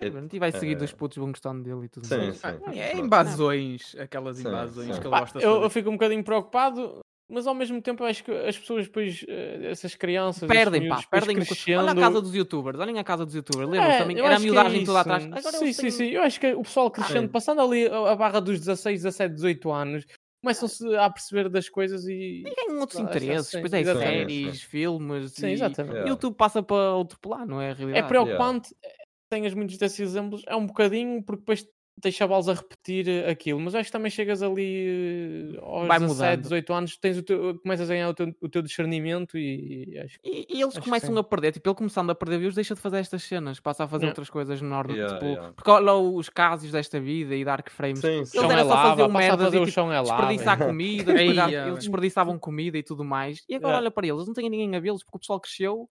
Speaker 2: É,
Speaker 4: É-
Speaker 2: E vai seguir
Speaker 4: é.
Speaker 2: os putos vão gostando dele e tudo
Speaker 4: Sim,
Speaker 2: mais.
Speaker 4: sim.
Speaker 5: É
Speaker 4: pronto.
Speaker 5: invasões, aquelas
Speaker 4: Sim,
Speaker 5: invasões
Speaker 4: sim.
Speaker 5: que ele
Speaker 2: Ah,
Speaker 3: Pá,
Speaker 5: gosta de
Speaker 3: eu, eu
Speaker 5: fazer.
Speaker 3: fico um bocadinho preocupado, mas ao mesmo tempo eu acho que as pessoas depois, eh, essas crianças, esses
Speaker 2: Perdem, pá,
Speaker 3: miúdos, depois
Speaker 2: perdem o co-
Speaker 3: crescendo...
Speaker 2: Olha a casa dos youtubers, olhem a casa dos youtubers, lembram
Speaker 3: É,
Speaker 2: também?
Speaker 3: eu
Speaker 2: Era a
Speaker 3: acho que é
Speaker 2: miudagem toda
Speaker 3: isso.
Speaker 2: atrás. Agora
Speaker 3: sim,
Speaker 2: eles
Speaker 3: sim,
Speaker 2: têm-
Speaker 3: sim. Eu acho que é o pessoal crescendo,
Speaker 4: Sim.
Speaker 3: passando ali a, a barra dos 16, 17, 18 anos, começam-se a perceber das coisas e.
Speaker 2: E ganham outros
Speaker 3: Ah, já
Speaker 2: interesses,
Speaker 3: sei,
Speaker 2: depois é
Speaker 4: exatamente.
Speaker 2: séries, filmes.
Speaker 3: Sim,
Speaker 2: e-
Speaker 3: exatamente.
Speaker 4: Yeah.
Speaker 2: YouTube passa para outro plano, não é a
Speaker 3: É
Speaker 2: realidade.
Speaker 3: preocupante, eh, tenhas muitos desses exemplos, é um bocadinho, porque depois tens chavales a repetir eh, aquilo, mas acho que também chegas ali eh, aos
Speaker 2: Vai
Speaker 3: 17,
Speaker 2: mudando.
Speaker 3: 18 anos, tens o teu- começas a ganhar o teu, o teu discernimento e, e acho que.
Speaker 2: E, e eles
Speaker 3: Acho que
Speaker 2: começam
Speaker 3: sim.
Speaker 2: a perder, tipo, ele começando a perder views, deixa de fazer estas cenas, passa a fazer
Speaker 3: Yeah.
Speaker 2: outras coisas normal.
Speaker 4: Yeah,
Speaker 2: tipo,
Speaker 4: yeah.
Speaker 2: Porque olha os casos desta vida e dark frames.
Speaker 4: Sim, sim.
Speaker 3: O chão
Speaker 2: era
Speaker 3: é
Speaker 2: só fazer
Speaker 3: lava,
Speaker 2: um
Speaker 3: passa a
Speaker 2: merdas
Speaker 3: fazer
Speaker 2: e,
Speaker 3: o
Speaker 2: tipo,
Speaker 3: chão é lava.
Speaker 2: desperdiçar comida,
Speaker 5: Ei,
Speaker 2: desperdiçar-
Speaker 5: ah,
Speaker 2: eles
Speaker 5: bem.
Speaker 2: desperdiçavam comida e tudo mais. E agora
Speaker 4: Yeah.
Speaker 2: olha para eles, não tem ninguém a vê-los porque o pessoal cresceu,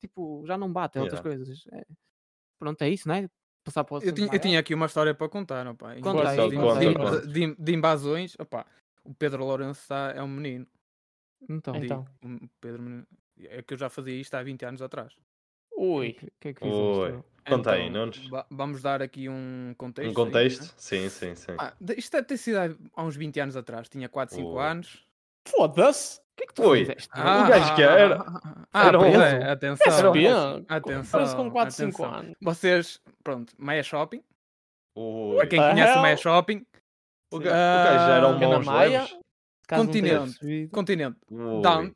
Speaker 2: tipo, já não bate, é outras
Speaker 4: Yeah.
Speaker 2: coisas. É. Pronto, é isso, né? Passar para o
Speaker 5: Eu
Speaker 2: assunto
Speaker 5: tinha, eu
Speaker 2: maior.
Speaker 5: tinha aqui uma história para contar, não, pá. Em
Speaker 2: é. Conta
Speaker 5: questão
Speaker 2: aí,
Speaker 5: de,
Speaker 2: conta
Speaker 5: de-
Speaker 2: aí,
Speaker 4: conta.
Speaker 5: de- de invasões, opá, o Pedro Lourenço está- é um menino.
Speaker 2: Então,
Speaker 5: Digo,
Speaker 3: Então.
Speaker 5: um Pedro menino. É que eu já fazia isto há 20 anos atrás.
Speaker 2: o
Speaker 3: Ui.
Speaker 2: que, que é que
Speaker 4: Oi.
Speaker 2: fizeste?
Speaker 4: Conta aí, Nunes.
Speaker 5: va- Vamos dar aqui um contexto.
Speaker 4: Um
Speaker 5: Então, aí,
Speaker 4: contexto?
Speaker 5: né?
Speaker 4: Sim, sim, sim.
Speaker 5: Ah, de- isto deve ter sido há- há uns 20 anos atrás. Tinha 4, 5
Speaker 4: Ui.
Speaker 5: anos.
Speaker 3: Foda-se!
Speaker 2: O que é que
Speaker 4: Oi.
Speaker 2: fizeste?
Speaker 5: Ah,
Speaker 4: o Um gajo que era-
Speaker 5: Ah,
Speaker 4: era um
Speaker 5: pois é,
Speaker 4: oso.
Speaker 5: atenção.
Speaker 4: Era um
Speaker 3: Pia, Parece
Speaker 5: Atenção,
Speaker 3: Então, com 4, 5
Speaker 5: atenção.
Speaker 3: anos.
Speaker 5: Vocês, pronto, Maia Shopping.
Speaker 4: Ui.
Speaker 5: Para quem
Speaker 3: the
Speaker 5: conhece o é Maia
Speaker 3: hell?
Speaker 5: Shopping,
Speaker 4: O ga- o gajo era um
Speaker 5: Pequena
Speaker 4: mãos
Speaker 3: Maia.
Speaker 4: leves.
Speaker 3: caso não tenha
Speaker 5: Continente.
Speaker 3: percebido.
Speaker 5: continente.
Speaker 4: Ui.
Speaker 5: Down.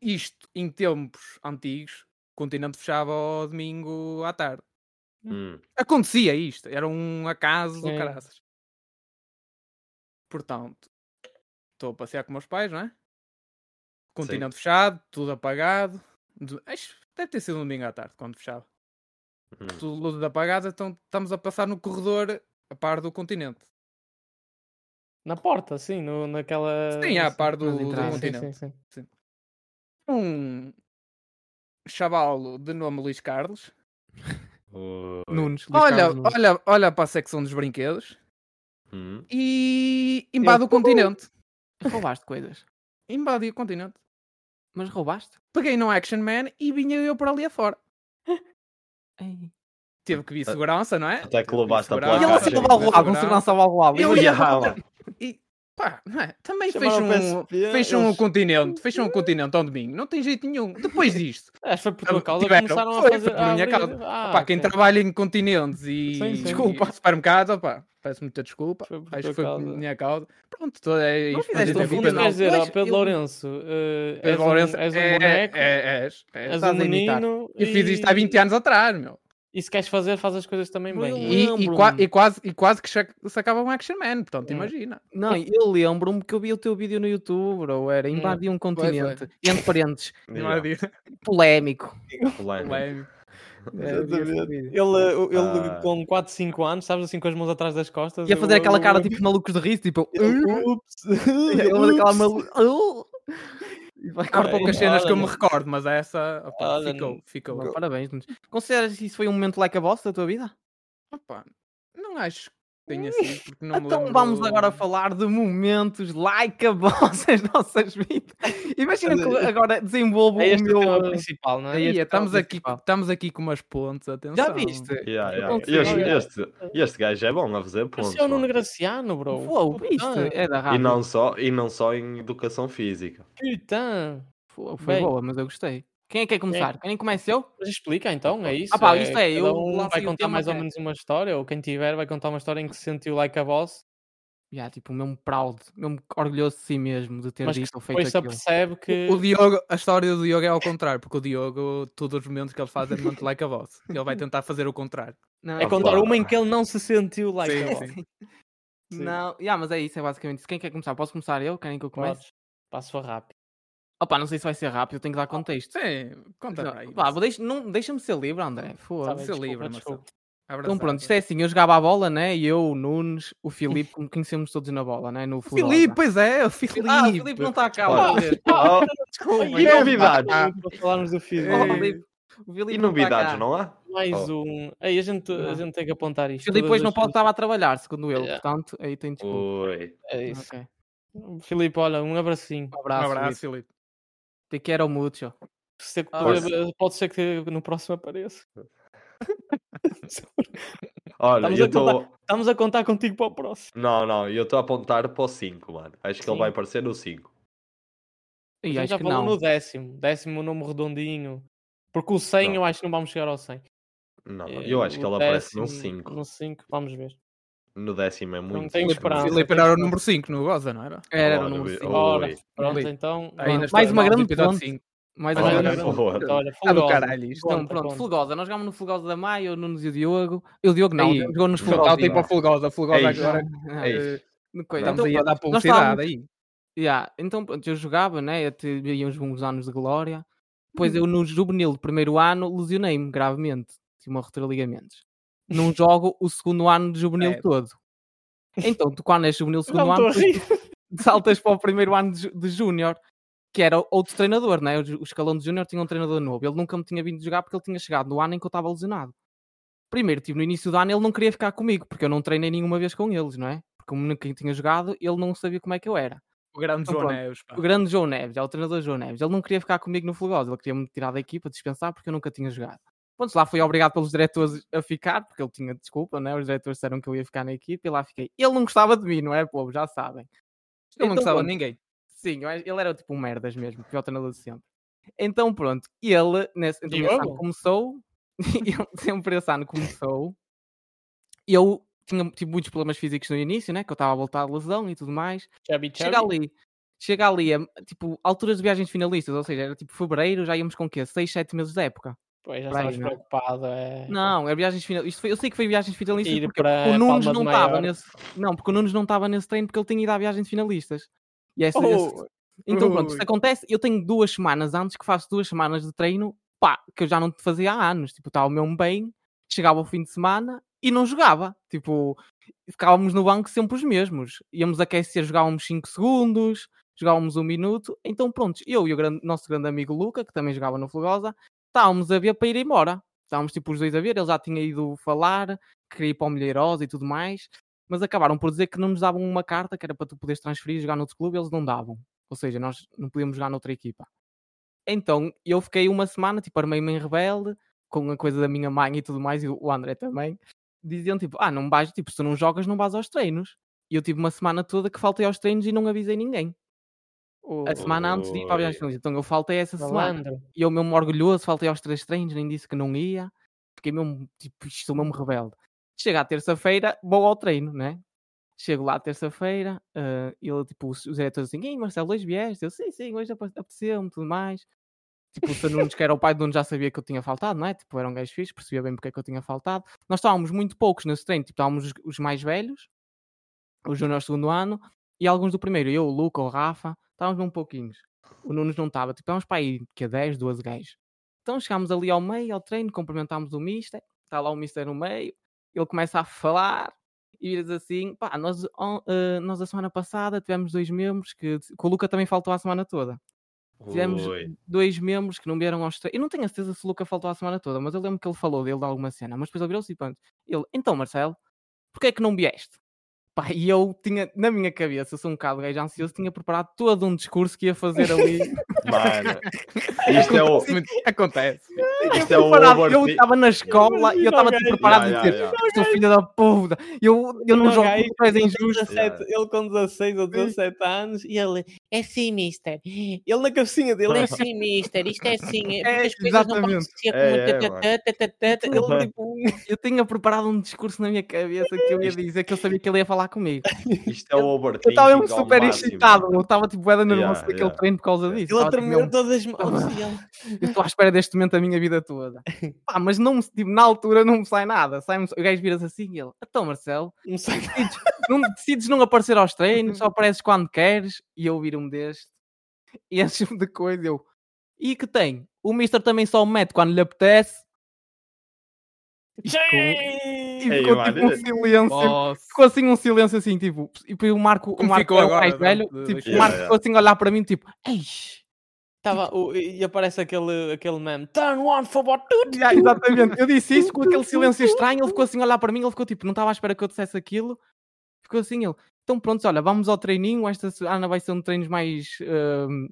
Speaker 5: Isto em tempos antigos, o continente fechava ao domingo à tarde.
Speaker 4: Hum.
Speaker 5: Acontecia isto, era um acaso do
Speaker 3: Sim.
Speaker 5: caraças. Portanto, estou a passear com meus pais, não é? Continente fechado, tudo apagado. Du- Acho- Deve ter sido um domingo à tarde quando fechava.
Speaker 4: Hum.
Speaker 5: Tudo luz apagada, então estamos a passar no corredor a par do continente.
Speaker 3: Na porta, sim, no, naquela.
Speaker 5: Sim, à par do,
Speaker 2: nas
Speaker 5: do
Speaker 2: entradas.
Speaker 3: sim,
Speaker 5: continente.
Speaker 3: sim, sim.
Speaker 5: Um chaval de nome Luís Carlos um
Speaker 4: Ui.
Speaker 2: Nunes, Luís
Speaker 5: olha,
Speaker 2: Carlos Nunes.
Speaker 5: olha, olha para a secção dos brinquedos
Speaker 4: Hum.
Speaker 5: e invade o continente.
Speaker 2: roubaste coisas,
Speaker 5: Invadi o continente.
Speaker 2: mas roubaste?
Speaker 5: Peguei no Action Man e vinha eu por ali afora.
Speaker 2: Ei.
Speaker 5: Teve que vir
Speaker 4: Ah.
Speaker 5: segurança, não é?
Speaker 4: Até que
Speaker 5: Teve vir
Speaker 4: levaste a
Speaker 5: segurança.
Speaker 2: E
Speaker 4: placa,
Speaker 2: ele assim
Speaker 4: Sim,
Speaker 2: levava o
Speaker 4: mas
Speaker 2: rabo, um segurança levava o rabo.
Speaker 5: Eu-
Speaker 4: Ui, ah, mano.
Speaker 5: E pá, não é? Também
Speaker 4: Chamaram
Speaker 5: fecham, um-
Speaker 4: o PSP,
Speaker 5: fecham
Speaker 4: eles-
Speaker 5: o continente. Fecham o continente ao domingo. Não tem jeito nenhum. Depois disto,
Speaker 3: Acho que foi por
Speaker 5: Ah,
Speaker 3: tua causa que
Speaker 5: tiveram.
Speaker 3: começaram a
Speaker 5: Foi,
Speaker 3: fazer.
Speaker 5: foi por minha
Speaker 3: abrir-
Speaker 5: causa.
Speaker 3: Ah,
Speaker 5: Opá, quem
Speaker 3: ok.
Speaker 5: trabalha em continentes e
Speaker 3: Sim, sim.
Speaker 5: desculpa, supermercados, opá, peço muita desculpa.
Speaker 3: Foi por
Speaker 5: Acho
Speaker 3: tua
Speaker 5: que foi por
Speaker 3: causa.
Speaker 5: minha causa. Pronto, toda é
Speaker 2: Não
Speaker 5: isto.
Speaker 2: fizeste
Speaker 5: não
Speaker 3: Então,
Speaker 2: um
Speaker 5: tem
Speaker 2: filme,
Speaker 5: culpa,
Speaker 3: fundas,
Speaker 5: não.
Speaker 2: mas
Speaker 3: quer dizer,
Speaker 2: Pois,
Speaker 3: ó, Pedro
Speaker 2: eu-
Speaker 3: Lourenço, eh, és
Speaker 5: Pedro
Speaker 3: um-
Speaker 5: Lourenço
Speaker 3: és um
Speaker 5: é-
Speaker 3: boneco,
Speaker 5: É, és, és,
Speaker 3: és
Speaker 5: estás
Speaker 3: um
Speaker 5: a imitar.
Speaker 3: menino.
Speaker 5: Eu fiz isto há 20
Speaker 3: e-
Speaker 5: anos é. atrás, meu.
Speaker 3: E se queres fazer, faz as coisas também
Speaker 2: Mas
Speaker 3: bem.
Speaker 2: eu
Speaker 5: E, e,
Speaker 2: lembro-me.
Speaker 5: qua- e quase, e quase que sac- sacava um Action Man, portanto,
Speaker 3: É.
Speaker 5: imagina.
Speaker 2: Não, eu lembro-me que eu vi o teu vídeo no YouTube, ou era invadir um
Speaker 5: foi.
Speaker 2: continente, entre parentes,
Speaker 5: Não é disso.
Speaker 2: polémico.
Speaker 4: Polémico.
Speaker 5: Polémico.
Speaker 2: É, vi esse vídeo.
Speaker 3: Ele, ele
Speaker 4: Ah.
Speaker 3: com 4, 5 anos, sabes, assim, com as mãos atrás das costas.
Speaker 2: Ia fazer
Speaker 3: eu-
Speaker 2: aquela cara
Speaker 3: eu-
Speaker 2: tipo de malucos de riso, tipo, "Ah",
Speaker 3: eu- Ups.
Speaker 2: ele fazer aquela
Speaker 3: Ups.
Speaker 2: maluca. E vai
Speaker 5: Há
Speaker 2: cortar o
Speaker 3: é.
Speaker 5: poucas
Speaker 2: cachê.
Speaker 5: cenas que eu me
Speaker 3: olha.
Speaker 5: recordo, mas essa opa,
Speaker 3: Olha,
Speaker 5: ficou.
Speaker 3: não-
Speaker 5: ficou.
Speaker 2: Pá, Parabéns, Nunes. Consideras que isso foi um momento like a boss da tua vida?
Speaker 5: Opa, não acho que tenha sido, porque não me
Speaker 2: então
Speaker 5: lembro-
Speaker 2: vamos agora falar de momentos like a boss das nossas vidas. Imagina que eu agora desenvolvo
Speaker 3: É
Speaker 2: o
Speaker 3: este o
Speaker 2: meu.
Speaker 3: tema principal, não é?
Speaker 5: Ia,
Speaker 2: este é o
Speaker 5: estamos, aqui,
Speaker 2: principal.
Speaker 5: estamos aqui com umas pontes, atenção.
Speaker 2: Já viste?
Speaker 4: Yeah, yeah.
Speaker 2: Aconteceu,
Speaker 4: Este,
Speaker 3: olha.
Speaker 4: este, este gajo é bom a fazer pontos.
Speaker 3: Parecia o Nuno
Speaker 4: mano.
Speaker 3: Graciano, bro.
Speaker 2: Uou, viste?
Speaker 3: Putain,
Speaker 2: É da
Speaker 4: E
Speaker 2: rádio.
Speaker 4: não, só, e não só em educação física.
Speaker 3: Putain.
Speaker 2: Foi foi
Speaker 3: Bem.
Speaker 2: boa, mas eu gostei. Quem é que quer começar? Quem começa eu?
Speaker 3: Mas explica então, é isso?
Speaker 2: Ah pá, isto é,
Speaker 3: cada
Speaker 2: eu
Speaker 3: um
Speaker 2: lancei
Speaker 3: vai
Speaker 2: o
Speaker 3: contar
Speaker 2: tema
Speaker 3: mais ou
Speaker 2: que é.
Speaker 3: menos uma história, ou quem tiver vai contar uma história em que se sentiu like a voz,
Speaker 2: Yeah, tipo, mesmo proud, mesmo orgulhoso de si mesmo de ter
Speaker 3: mas que
Speaker 2: dito ou feito
Speaker 3: depois se
Speaker 2: aquilo.
Speaker 3: apercebe que.
Speaker 5: O Diogo, a história do Diogo é ao contrário, porque o Diogo, todos os momentos que ele faz é muito like a voz. Ele vai tentar fazer o contrário.
Speaker 2: Não,
Speaker 3: É
Speaker 4: Ah,
Speaker 3: contar
Speaker 4: pá.
Speaker 3: uma em que ele não se sentiu like a voz.
Speaker 5: Sim, sim.
Speaker 3: sim.
Speaker 2: Não, yeah, mas é isso, é basicamente isso. Quem quer começar? Posso começar eu? Querem que eu comece?
Speaker 3: Podes. Passo rápido.
Speaker 2: Opa, não sei se vai ser rápido, eu tenho que dar contexto.
Speaker 5: Sim, Então conta
Speaker 2: Não,
Speaker 5: para aí.
Speaker 2: pá, vou deix- não- deixa-me ser livre, André. Foda-se.
Speaker 3: Sabe,
Speaker 5: ser
Speaker 3: desculpa,
Speaker 5: livre, Marcelo.
Speaker 3: desculpa.
Speaker 2: Então pronto, isto é assim, eu jogava a bola, né? E eu, o Nunes, o Filipe, como conhecemos todos na bola, né? No futebol,
Speaker 5: Filipe,
Speaker 2: né?
Speaker 5: pois é, o Filipe. tá.
Speaker 2: Ah, o Filipe não está cá,
Speaker 4: Olha.
Speaker 2: olha.
Speaker 4: Oh,
Speaker 3: Desculpa,
Speaker 4: e
Speaker 3: não
Speaker 4: novidades?
Speaker 3: dá Para falarmos do filho.
Speaker 2: Oh,
Speaker 5: Ei.
Speaker 2: Filipe, o Filipe
Speaker 4: é, E
Speaker 2: não tá
Speaker 4: novidades,
Speaker 2: cá.
Speaker 4: não há?
Speaker 3: Mais um. Aí a gente, a
Speaker 2: Não.
Speaker 3: gente tem que apontar
Speaker 2: O
Speaker 3: isto.
Speaker 2: Filipe
Speaker 3: todas
Speaker 2: depois
Speaker 3: as
Speaker 2: não pode
Speaker 3: vezes.
Speaker 2: estar a trabalhar, segundo ele,
Speaker 3: Yeah.
Speaker 4: É.
Speaker 2: portanto, aí tem desculpa.
Speaker 4: Oi.
Speaker 3: É isso.
Speaker 2: Ok. tá-
Speaker 3: Filipe, olha, um abracinho.
Speaker 2: Um
Speaker 5: Um
Speaker 2: abraço,
Speaker 5: abraço,
Speaker 2: Filipe.
Speaker 5: Filipe.
Speaker 2: Te quero muito.
Speaker 3: Se-
Speaker 2: Ah,
Speaker 3: pode-
Speaker 4: sim.
Speaker 3: Pode ser que no próximo apareça.
Speaker 4: Olha,
Speaker 3: Estamos
Speaker 4: eu
Speaker 3: a contar-
Speaker 4: estou.
Speaker 3: Estamos a contar contigo para o próximo.
Speaker 4: Não, não, eu estou a apontar para o 5, mano. Acho que ele vai aparecer no 5.
Speaker 3: A
Speaker 2: E
Speaker 3: gente
Speaker 2: acho
Speaker 3: Então já
Speaker 2: que
Speaker 3: falou
Speaker 2: não.
Speaker 3: no décimo. Décimo nome redondinho. Porque o 100
Speaker 4: Não.
Speaker 3: eu acho que não vamos chegar ao 100.
Speaker 4: Não,
Speaker 3: Eh,
Speaker 4: eu acho que
Speaker 3: o
Speaker 4: ele aparece no
Speaker 3: décimo-
Speaker 4: 5.
Speaker 3: No 5 vamos ver.
Speaker 4: No décimo é muito.
Speaker 3: tenho
Speaker 4: difícil.
Speaker 5: O
Speaker 3: esperança.
Speaker 5: Filipe era o número 5 no Goza, não era?
Speaker 2: Era o
Speaker 4: Olha,
Speaker 2: número
Speaker 4: vi-
Speaker 2: 5.
Speaker 4: oh.
Speaker 3: Ora,
Speaker 4: Oi.
Speaker 3: pronto,
Speaker 5: Oi.
Speaker 3: então.
Speaker 5: Aí
Speaker 3: pronto,
Speaker 5: nas
Speaker 2: mais uma
Speaker 5: histórias do
Speaker 2: grande
Speaker 5: episódio
Speaker 2: ponte.
Speaker 5: cinco.
Speaker 2: Mais
Speaker 3: mais
Speaker 2: uma
Speaker 4: Olha,
Speaker 3: uma
Speaker 2: grande
Speaker 3: grande
Speaker 4: por favor.
Speaker 3: pergunta, olha,
Speaker 5: Ah, do
Speaker 3: Fulgosa.
Speaker 5: caralho isto.
Speaker 2: Então,
Speaker 3: Conta,
Speaker 2: pronto,
Speaker 3: conta.
Speaker 2: Fulgosa, nós jogámos no Fulgosa da Maia, o Nunes e o Diogo. E o Diogo não,
Speaker 5: Aí, tá tipo
Speaker 2: jogou nos
Speaker 4: Fulgosa.
Speaker 2: Fulgosa.
Speaker 5: Falta ir para o Fulgosa. Fulgosa
Speaker 4: É isso.
Speaker 5: agora.
Speaker 4: É isso.
Speaker 5: eh,
Speaker 2: no coisa.
Speaker 5: Estamos
Speaker 2: Então,
Speaker 5: aí a dar
Speaker 2: nós estávamos-
Speaker 5: publicidade aí.
Speaker 2: Yeah, Então, pronto, eu jogava, né? Eu tive uns bons anos de glória. Depois eu, no juvenil do primeiro ano, lesionei-me gravemente. Tive uma ruptura de ligamentos. Não jogo o segundo ano de juvenil
Speaker 5: Credo.
Speaker 2: todo. Então, tu quando és juvenil
Speaker 3: Não
Speaker 2: segundo
Speaker 3: me estou
Speaker 2: ano,
Speaker 3: a
Speaker 2: tu
Speaker 3: rir.
Speaker 2: saltas para o primeiro ano de, ju- de júnior, que era outro treinador, né? O ju- o escalão de júnior tinha um treinador novo. Ele nunca me tinha vindo jogar porque ele tinha chegado no ano em que eu estava lesionado. Primeiro, tive no início do ano, ele não queria ficar comigo, porque eu não treinei nenhuma vez com eles, não é? Porque como nunca tinha jogado, ele não sabia como é que eu era.
Speaker 5: O grande
Speaker 2: Então,
Speaker 5: João
Speaker 2: pronto.
Speaker 5: Neves. pá.
Speaker 2: O grande João Neves, é o treinador João Neves. Ele não queria ficar comigo no Fulgosa, ele queria me tirar da equipa, dispensar, porque eu nunca tinha jogado. Pronto, lá fui obrigado pelos diretores a ficar, porque ele tinha desculpa, né? Os diretores disseram que eu ia ficar na equipa e lá fiquei. Ele não gostava de mim, não é, povo? Já sabem.
Speaker 5: Ele não
Speaker 2: Então,
Speaker 5: gostava
Speaker 2: pronto.
Speaker 5: de ninguém.
Speaker 2: Sim, eu acho- ele era tipo um merdas mesmo, pior treinador de sempre. Então pronto, ele nesse, então, esse ano
Speaker 3: Diogo?
Speaker 2: começou, ele sempre esse ano começou, eu tinha tive muitos problemas físicos no início, né? Que eu estava a voltar de lesão e tudo mais.
Speaker 3: Chubby, chubby.
Speaker 2: Chega ali, chega ali, a, tipo, alturas de viagens finalistas, ou seja, era tipo fevereiro, já íamos com o quê? 6, 7 meses de época.
Speaker 3: Pois, já
Speaker 2: Para aí,
Speaker 3: estavas
Speaker 2: não é?
Speaker 3: preocupado. É...
Speaker 2: Não, é viagens finalistas. Eu sei que foi viagens finalistas
Speaker 3: Ir
Speaker 2: porque,
Speaker 3: para
Speaker 2: porque o Nunes
Speaker 3: Palma de
Speaker 2: não estava
Speaker 3: Maiorca.
Speaker 2: nesse. Não, porque o Nunes não estava nesse treino porque ele tinha ido à viagens finalistas. E essa, esse-
Speaker 3: Oh,
Speaker 2: Então pronto,
Speaker 5: Ui.
Speaker 2: isso acontece. Eu tenho duas semanas antes que faço duas semanas de treino, pá, que eu já não fazia há anos. Tipo, estava mesmo bem, chegava ao fim de semana e não jogava. Tipo, ficávamos no banco sempre os mesmos. Íamos aquecer, jogávamos 5 segundos, jogávamos um minuto. Então pronto, eu e o grande- nosso grande amigo Luca, que também jogava no Fulgosa, estávamos a ver para ir embora. Estávamos tipo os dois a ver, ele já tinha ido falar, que queria ir para o Milheiros e tudo mais. Mas acabaram por dizer que não nos davam uma carta que era para tu poderes transferir e jogar noutro clube, eles não davam. Ou seja, nós não podíamos jogar noutra equipa. Então eu fiquei uma semana, tipo, armei-me em rebelde, com a coisa da minha mãe e tudo mais, e o André também, diziam tipo, ah, não vais, tipo, se tu não jogas, não vais aos treinos. E eu tive uma semana toda que faltei aos treinos e não avisei ninguém. A semana antes de ir para a viagem
Speaker 4: Oi.
Speaker 2: finalista. Então eu faltei essa semana.
Speaker 3: Malandro.
Speaker 2: E eu mesmo orgulhoso, faltei aos três treinos, nem disse que não ia. Fiquei mesmo, tipo, isto sou mesmo rebelde. Chega à terça-feira, vou ao treino, né? Chego lá à terça-feira, ah, e ele, tipo, os os diretores assim, Ei, Marcelo, hoje vieste? Eu, sim, sim, hoje ape- apeteceu-me, tudo mais. Tipo, o Sr. Nunes, que era o pai do Nunes, já sabia que eu tinha faltado, não é? Tipo, era um gajo fixe, percebia bem porque é que eu tinha faltado. Nós estávamos muito poucos nesse treino, tipo, estávamos os, os mais velhos, os juniors do segundo ano, e alguns do primeiro, eu, o Luca, o Rafa, estávamos um pouquinhos. O Nunes não estava, tipo, estávamos para aí, que é 10, 12 gajos. Então chegámos ali ao meio, ao treino, cumprimentámos o mister, está lá o mister no meio, ele começa a falar e diz assim: pá, nós, on- eh, nós a semana passada tivemos dois membros que, que o Luca também faltou a semana toda. Tivemos
Speaker 4: Oi.
Speaker 2: dois membros que não vieram aos treinos. Eu não tenho a certeza se o Luca faltou a semana toda, mas eu lembro que ele falou dele de alguma cena. Mas depois ele virou-se e pronto. Ele, então Marcelo, porquê é que não vieste? Pá, e eu tinha, na minha cabeça, eu sou um bocado gajo ansioso, tinha preparado todo um discurso que ia fazer ali.
Speaker 4: Mano, isto é o.
Speaker 5: Acontece.
Speaker 4: Isto é
Speaker 2: Tipo, Eu
Speaker 4: um
Speaker 2: preparado,
Speaker 4: over...
Speaker 2: eu estava na escola e eu estava tipo
Speaker 3: Imagina o
Speaker 2: preparado
Speaker 4: gajo.
Speaker 2: a dizer:
Speaker 4: Ya,
Speaker 2: sou filho da puta, eu, eu não
Speaker 3: Não,
Speaker 2: jogo
Speaker 3: gajo,
Speaker 2: com pés
Speaker 3: com
Speaker 2: injustos.
Speaker 3: 17 Ele com 16 ou 17 anos e ele é sim, mister. Ele na cabecinha dele é sim, mister. Isto é sim. É, porque as coisas não podem
Speaker 2: exatamente.
Speaker 3: ser como
Speaker 4: É,
Speaker 3: tatatá,
Speaker 4: é,
Speaker 3: tatatá. Ele tipo.
Speaker 2: Eu tinha preparado um discurso na minha cabeça que eu ia dizer que eu sabia que ele ia falar comigo.
Speaker 4: Isto é o overthinking
Speaker 2: Eu estava mesmo
Speaker 4: ao
Speaker 2: super
Speaker 4: máximo.
Speaker 2: excitado, eu estava tipo bué de nervoso
Speaker 4: Ya,
Speaker 2: daquele
Speaker 4: ya.
Speaker 2: treino por causa disso.
Speaker 3: Ele a
Speaker 2: Tava, tipo, mesmo,
Speaker 3: tremer todas as mãos e ele.
Speaker 2: eu estou à espera deste momento a minha vida toda. Pá, mas não me, tipo, na altura não me sai nada. Sai o gajo vira-se assim e ele, então Marcelo,
Speaker 3: Não sei.
Speaker 2: decides não, decides não aparecer aos treinos, só apareces quando queres, e eu viro-me deste, e enche-me de coisa, eu, e que tem? O Mister também só o mete quando lhe apetece, e ficou, e
Speaker 3: Sim.
Speaker 4: Ei,
Speaker 2: ficou
Speaker 4: mano,
Speaker 2: tipo um
Speaker 4: eu-
Speaker 2: silêncio,
Speaker 5: Nossa.
Speaker 2: ficou assim um silêncio assim, tipo, e depois o Marco, o
Speaker 5: Como
Speaker 2: Marco
Speaker 5: ficou
Speaker 2: é o
Speaker 5: agora,
Speaker 2: mais
Speaker 5: não?
Speaker 2: velho,
Speaker 5: De-
Speaker 2: tipo, o
Speaker 4: Yeah,
Speaker 2: Marco
Speaker 4: yeah.
Speaker 2: ficou assim a olhar para mim, tipo, eish,
Speaker 3: Tava, o- e e aparece aquele, aquele meme. Turn one for what?
Speaker 2: Ya, Ah, exatamente. Eu disse isso com aquele silêncio estranho. Ele ficou assim a olhar para mim. Ele ficou tipo, não estava à espera que eu dissesse aquilo. Ficou assim ele. Então pronto, olha, vamos ao treininho. Esta semana vai ser um treino mais, ehm,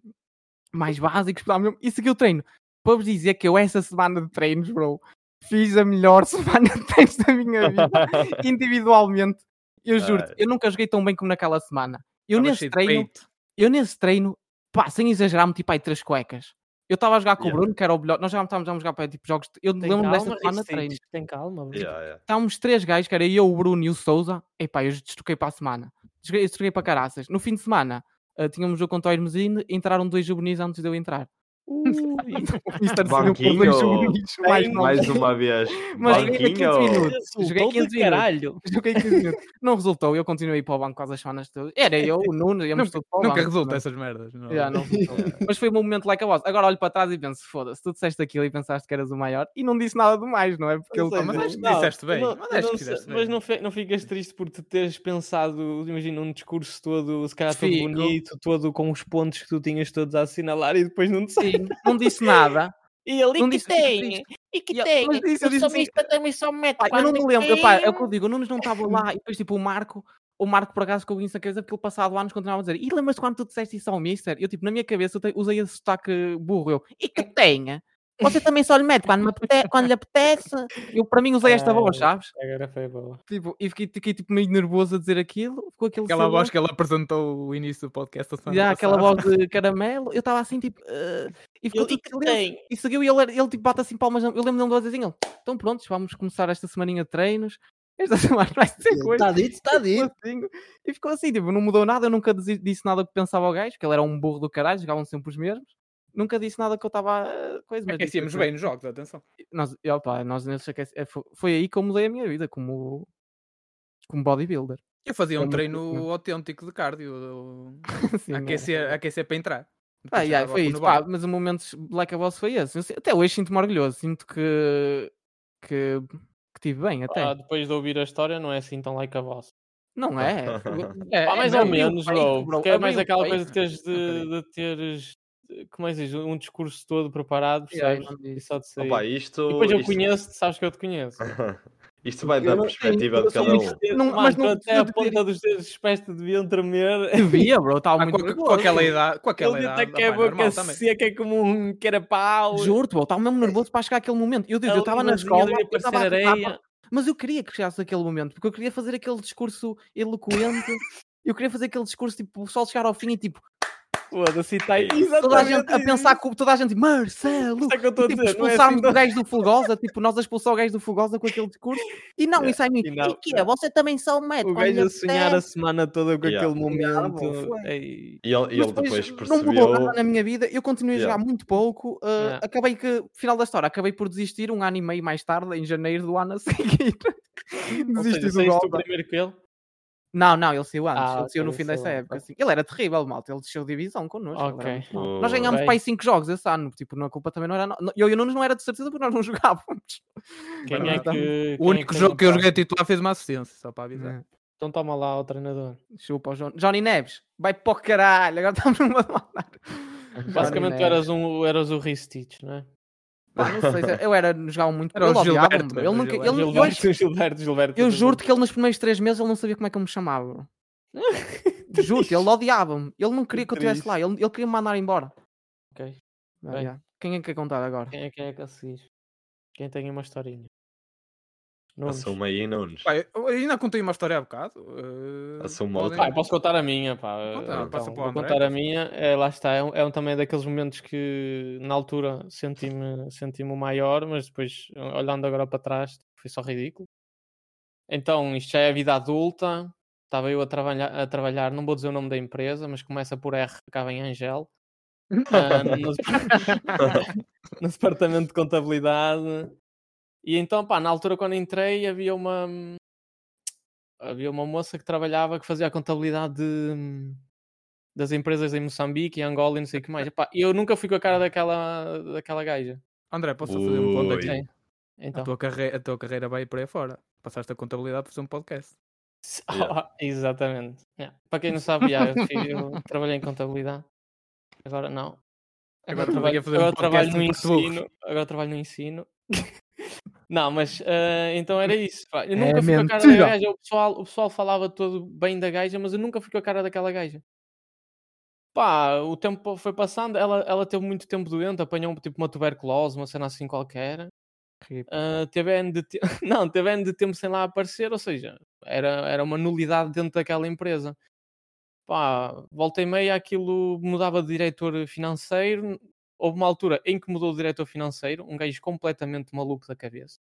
Speaker 2: mais básicos. pá, mesmo. E seguiu o treino. Para vos dizer que eu, essa semana de treinos, bro, fiz a melhor semana de treinos da minha vida, individualmente. Eu juro-te,
Speaker 4: Ai.
Speaker 2: eu nunca joguei tão bem como naquela semana. Eu
Speaker 5: Tava
Speaker 2: nesse
Speaker 5: cheio de
Speaker 2: treino,
Speaker 5: peito.
Speaker 2: eu nesse treino, pá, sem exagerar, meti pá aí três cuecas. Eu estava a jogar com
Speaker 4: Yeah.
Speaker 2: o Bruno, que era o melhor. Nós já estávamos a jogar para tipo jogos. de- Eu
Speaker 3: Tem
Speaker 2: lembro-me dessa
Speaker 3: calma,
Speaker 2: semana de
Speaker 3: Rich
Speaker 2: treino.
Speaker 3: Rich, tem calma. bro.
Speaker 4: Yeah, yeah.
Speaker 2: Estávamos três gajos, que era eu, o Bruno e o Souza. Epá, eu destruquei para a semana. Destroquei- Destruquei para caraças. No fim de semana, ah, tínhamos jogo contra o Hermesino. Entraram dois juvenis antes de eu entrar.
Speaker 3: é
Speaker 2: O Mister decidiu por
Speaker 4: Banquinho.
Speaker 2: dois juvenis. Mais um. não.
Speaker 4: Mais uma vez.
Speaker 2: Mas joguei para 15
Speaker 4: Banquinho.
Speaker 2: minutos.
Speaker 3: Resultou
Speaker 2: Joguei
Speaker 3: de
Speaker 2: 15 minutos.
Speaker 3: é caralho.
Speaker 2: Joguei 15 minutos. Não resultou. Eu continuei para o banco quase as semanas todas. Era eu, o Nuno, íamos
Speaker 5: Nunca,
Speaker 2: todos para o
Speaker 5: nunca
Speaker 2: banco,
Speaker 5: resulta
Speaker 2: mas-
Speaker 5: essas merdas. não.
Speaker 2: Já, não resultou. Mas foi um momento like a boss. Agora olho para trás e penso, foda-se, tu disseste aquilo e pensaste que eras o maior e não disse nada demais, não é? Porque ele
Speaker 3: Ou seja,
Speaker 5: mas
Speaker 2: também...
Speaker 5: acho que
Speaker 3: não,
Speaker 5: disseste bem,
Speaker 3: não-
Speaker 5: mas acho
Speaker 3: não
Speaker 5: que
Speaker 3: sei-
Speaker 5: disseste
Speaker 3: mas
Speaker 5: bem.
Speaker 3: não, fe- não ficas triste por te teres pensado, imagina, um discurso todo, se calhar todo
Speaker 2: Fico.
Speaker 3: bonito, todo com os pontos que tu tinhas todos a assinalar e depois não te sai.
Speaker 2: Sim, assim, não disse nada.
Speaker 3: E ali
Speaker 2: Não
Speaker 3: que
Speaker 2: disse que
Speaker 3: tem, e que
Speaker 2: E eu-
Speaker 3: tem.
Speaker 2: mas disse, eu
Speaker 3: eu sou
Speaker 2: disse-
Speaker 3: misto, também um só mete
Speaker 2: Pá, eu não me
Speaker 3: quando
Speaker 2: lembro, pá, é o que eu
Speaker 3: quer.
Speaker 2: digo, o Nunes não estava lá e depois tipo o Marco, o Marco por acaso ficou com isso na cabeça porque ele passado anos continuava a dizer e lembras-te quando tu disseste isso ao Mister? Eu tipo, na minha cabeça eu te- usei esse sotaque burro, eu, e que tenha? Você também só lhe mete quando, me apete- quando lhe apetece? Eu para mim usei esta
Speaker 3: Ai,
Speaker 2: voz, sabes?
Speaker 3: Agora foi boa.
Speaker 2: Tipo, e fiquei, fiquei, tipo meio nervoso a dizer aquilo, ficou aquele
Speaker 5: Aquela
Speaker 2: silêncio.
Speaker 5: voz que ele apresentou o início do podcast. a semana
Speaker 2: Já, aquela
Speaker 5: passada.
Speaker 2: voz de caramelo, eu estava assim tipo. "Ah", e ficou
Speaker 3: Eu e
Speaker 2: tudo
Speaker 3: que
Speaker 2: silêncio.
Speaker 3: tem.
Speaker 2: E seguiu e ele, era- ele tipo bate assim palmas. na- Eu lembro-me de um vozinho, ele, então prontos, vamos começar esta semaninha de treinos. Esta semana vai ser coisa.
Speaker 3: Tá dito, está
Speaker 2: E ficou assim, E ficou assim, tipo, não mudou nada. Eu nunca desi- disse nada que pensava ao gajo, porque ele era um burro do caralho, jogavam sempre os mesmos. Nunca disse nada que eu estava. ah, Coisa, mas disse
Speaker 5: Aquecíamos
Speaker 2: aquilo.
Speaker 5: bem nos jogos, atenção.
Speaker 2: Nós, e, opa, nós nesse aquece- é, fo- foi aí que eu mudei a minha vida, como, como bodybuilder.
Speaker 5: Eu fazia
Speaker 2: Foi
Speaker 5: um
Speaker 2: muito
Speaker 5: treino
Speaker 2: importante.
Speaker 5: autêntico de cardio. eu-
Speaker 2: Assim, não-
Speaker 5: Aquecer, aquecer para entrar.
Speaker 2: Ah,
Speaker 5: Depois
Speaker 2: yeah,
Speaker 5: entrava
Speaker 2: foi
Speaker 5: com
Speaker 2: isso,
Speaker 5: no
Speaker 2: pá,
Speaker 5: bar.
Speaker 2: mas o momento Black a Boss foi esse. Eu si- até hoje sinto-me orgulhoso, sinto que que que tive bem até.
Speaker 3: Ah, depois de ouvir a história, não é assim tão like a vossa.
Speaker 2: Não é?
Speaker 3: Pá, mais ou
Speaker 2: abri o
Speaker 3: menos,
Speaker 2: peito,
Speaker 3: bro. Porque é
Speaker 2: abri
Speaker 3: mais
Speaker 2: o
Speaker 3: aquela
Speaker 2: peito.
Speaker 3: coisa de teres de,
Speaker 5: acredito.
Speaker 3: de teres, eh, como é que se diz, um discurso todo preparado,
Speaker 2: Yeah,
Speaker 3: percebes?
Speaker 2: não
Speaker 3: E
Speaker 2: disse.
Speaker 3: só de sair.
Speaker 4: Opa, Ah.
Speaker 3: E
Speaker 4: isto.
Speaker 3: depois eu
Speaker 4: isto-
Speaker 3: conheço, sabes que eu te conheço.
Speaker 4: Isto vai
Speaker 2: Eu
Speaker 4: da
Speaker 2: não-
Speaker 4: perspectiva
Speaker 2: eu
Speaker 4: de
Speaker 2: sou
Speaker 4: cada um.
Speaker 2: muito- Não-
Speaker 3: Mano,
Speaker 2: mas não
Speaker 3: até a
Speaker 2: preciso
Speaker 3: ponta dos dedos os pés te deviam tremer.
Speaker 2: Devia, bro,
Speaker 5: Ah,
Speaker 2: estava
Speaker 5: com,
Speaker 2: muito
Speaker 5: a- com
Speaker 2: nervoso.
Speaker 5: aquela idade, com aquela
Speaker 3: Ele dita
Speaker 5: idade,
Speaker 3: que é
Speaker 5: opa, é
Speaker 3: boca
Speaker 5: normal também.
Speaker 3: seca, é como um carapau.
Speaker 2: Juro-te, bro, estava
Speaker 3: É.
Speaker 2: mesmo nervoso para chegar àquele momento. Eu, Deus, eu
Speaker 3: Ali
Speaker 2: estava na
Speaker 3: umazinha
Speaker 2: escola,
Speaker 3: devia
Speaker 2: eu estava a
Speaker 3: parecer
Speaker 2: tentar-
Speaker 3: areia.
Speaker 2: mas eu queria que chegasse aquele momento, porque eu queria fazer aquele discurso eloquente. Eu queria fazer aquele discurso, tipo, o pessoal chegar ao fim e, tipo,
Speaker 3: Foda-se, está aí.
Speaker 2: toda a gente a pensar, com toda a gente, Marcelo,
Speaker 3: Isso é que eu estou a
Speaker 2: tipo,
Speaker 3: dizer. não é assim
Speaker 2: expulsarmos
Speaker 3: tão-
Speaker 2: o gajo do Fulgosa, tipo, nós a expulsar o gajo do Fulgosa com aquele discurso, e não,
Speaker 4: Yeah,
Speaker 2: isso é mim.
Speaker 3: e
Speaker 2: E
Speaker 3: não,
Speaker 2: que é? Você também só mete.
Speaker 3: O
Speaker 2: quando lhe
Speaker 3: gajo a sonhar a
Speaker 2: apetece."
Speaker 3: semana toda com
Speaker 4: Yeah.
Speaker 3: aquele
Speaker 2: Yeah, bom,
Speaker 3: momento. é
Speaker 2: foi.
Speaker 3: Ei,
Speaker 4: E ele, e
Speaker 2: Mas
Speaker 4: ele depois
Speaker 2: Não mudou
Speaker 4: percebeu.
Speaker 2: nada né? na minha vida, eu continuei a jogar
Speaker 4: Yeah.
Speaker 2: muito pouco. uh,
Speaker 3: Yeah.
Speaker 2: Acabei que, final da história, acabei por desistir um ano e meio mais tarde, em janeiro do ano a seguir.
Speaker 3: ou
Speaker 2: Desisti
Speaker 3: seja,
Speaker 2: do
Speaker 3: saíste tu
Speaker 2: Golda.
Speaker 3: primeiro que ele.
Speaker 2: Não, não, ele saiu antes,
Speaker 3: Ah,
Speaker 2: ele saiu no
Speaker 3: ok,
Speaker 2: fim
Speaker 3: saiu
Speaker 2: dessa
Speaker 3: antes,
Speaker 2: época.
Speaker 3: ok.
Speaker 2: assim. Ele era terrível, malta, ele desceu divisão connosco. ele era
Speaker 3: Ok.
Speaker 2: muito mau. Nós
Speaker 4: Oh,
Speaker 2: ganhámos
Speaker 3: bem.
Speaker 2: para aí 5 jogos esse ano, tipo, não, a culpa também não era. no- Eu e o Nunes não era de certeza porque nós não jogávamos.
Speaker 3: Quem é
Speaker 5: Verdade.
Speaker 3: que.
Speaker 5: O único jogo que eu joguei é titular fez uma assistência, só para avisar.
Speaker 2: Né?
Speaker 3: Então toma lá ao treinador.
Speaker 2: Chupa o João. Johnny Neves, vai para o caralho, agora estamos numa de mandar. Johnny
Speaker 3: Basicamente tu
Speaker 2: Neves.
Speaker 5: né?
Speaker 3: eras, um, eras o Ristich, não é?
Speaker 2: Pá, não sei, se- eu era, jogava muito.
Speaker 5: Era o
Speaker 2: ele odiava-me,
Speaker 5: Gilberto,
Speaker 2: bro.
Speaker 5: era o
Speaker 2: ele nunca,
Speaker 5: Gilberto.
Speaker 2: ele, eu, acho-
Speaker 3: Gilberto, Gilberto, Gilberto.
Speaker 2: eu juro-te que ele nos primeiros três meses ele não sabia como é que eu me chamava. bro. Juro-te, ele odiava-me. Ele não queria que eu estivesse lá, ele, ele queria me mandar embora.
Speaker 3: Ok.
Speaker 2: Ah,
Speaker 3: Bem.
Speaker 2: já. Quem é que é contar agora?
Speaker 3: Quem é, quem é que a seguir? Quem tem uma historinha? Nunes.
Speaker 4: Assuma aí, Nunes.
Speaker 5: Pá, eu ainda contei uma história há bocado. eh,
Speaker 4: Assuma
Speaker 5: podem-
Speaker 3: Pá, eu posso contar a minha, pá.
Speaker 5: Conta,
Speaker 3: Então,
Speaker 5: passa para o
Speaker 3: vou
Speaker 5: André.
Speaker 3: contar a minha, é, lá está, é um, é um também daqueles momentos que na altura senti-me senti o maior, mas depois, olhando agora para trás, foi só ridículo. Então, isto já é a vida adulta, estava eu a trabalhar, a trabalhar, não vou dizer o nome da empresa, mas começa por R, acaba em Angel, ah, no, no departamento de contabilidade. E então, pá, na altura quando entrei havia uma havia uma moça que trabalhava que fazia a contabilidade de- das empresas em Moçambique e Angola e não sei o que mais. Epá, eu nunca fui com a cara daquela, daquela gaja.
Speaker 5: André, posso só fazer um ponto
Speaker 4: Ui.
Speaker 5: aqui?
Speaker 3: Sim.
Speaker 5: A
Speaker 3: Então,
Speaker 5: tua, carre- a tua carreira vai por aí fora. Passaste a contabilidade para fazer um podcast.
Speaker 4: Yeah.
Speaker 3: ah, exatamente. Yeah. Para quem não sabe, yeah, eu, fiz- eu trabalhei em contabilidade. Agora não.
Speaker 5: Agora também
Speaker 3: trabalho,
Speaker 5: ia fazer um
Speaker 3: agora
Speaker 5: podcast
Speaker 3: trabalho no
Speaker 5: com português.
Speaker 3: ensino. Agora trabalho no ensino. Não, mas eh, então era isso. pá.
Speaker 5: É
Speaker 3: Eu nunca fui com a cara da
Speaker 2: mentira.
Speaker 3: gaja. O pessoal, o pessoal falava todo bem da gaja, mas eu nunca fui com a cara daquela gaja. Pá, o tempo foi passando. Ela, ela teve muito tempo doente, apanhou tipo uma tuberculose, uma cena assim qualquer.
Speaker 2: Rip.
Speaker 3: Ah, teve N de te- Não, teve N de tempo sem lá aparecer, ou seja, era, era uma nulidade dentro daquela empresa. Pá, volta e meia aquilo mudava de diretor financeiro. Houve uma altura em que mudou de diretor financeiro, um gajo completamente maluco da cabeça.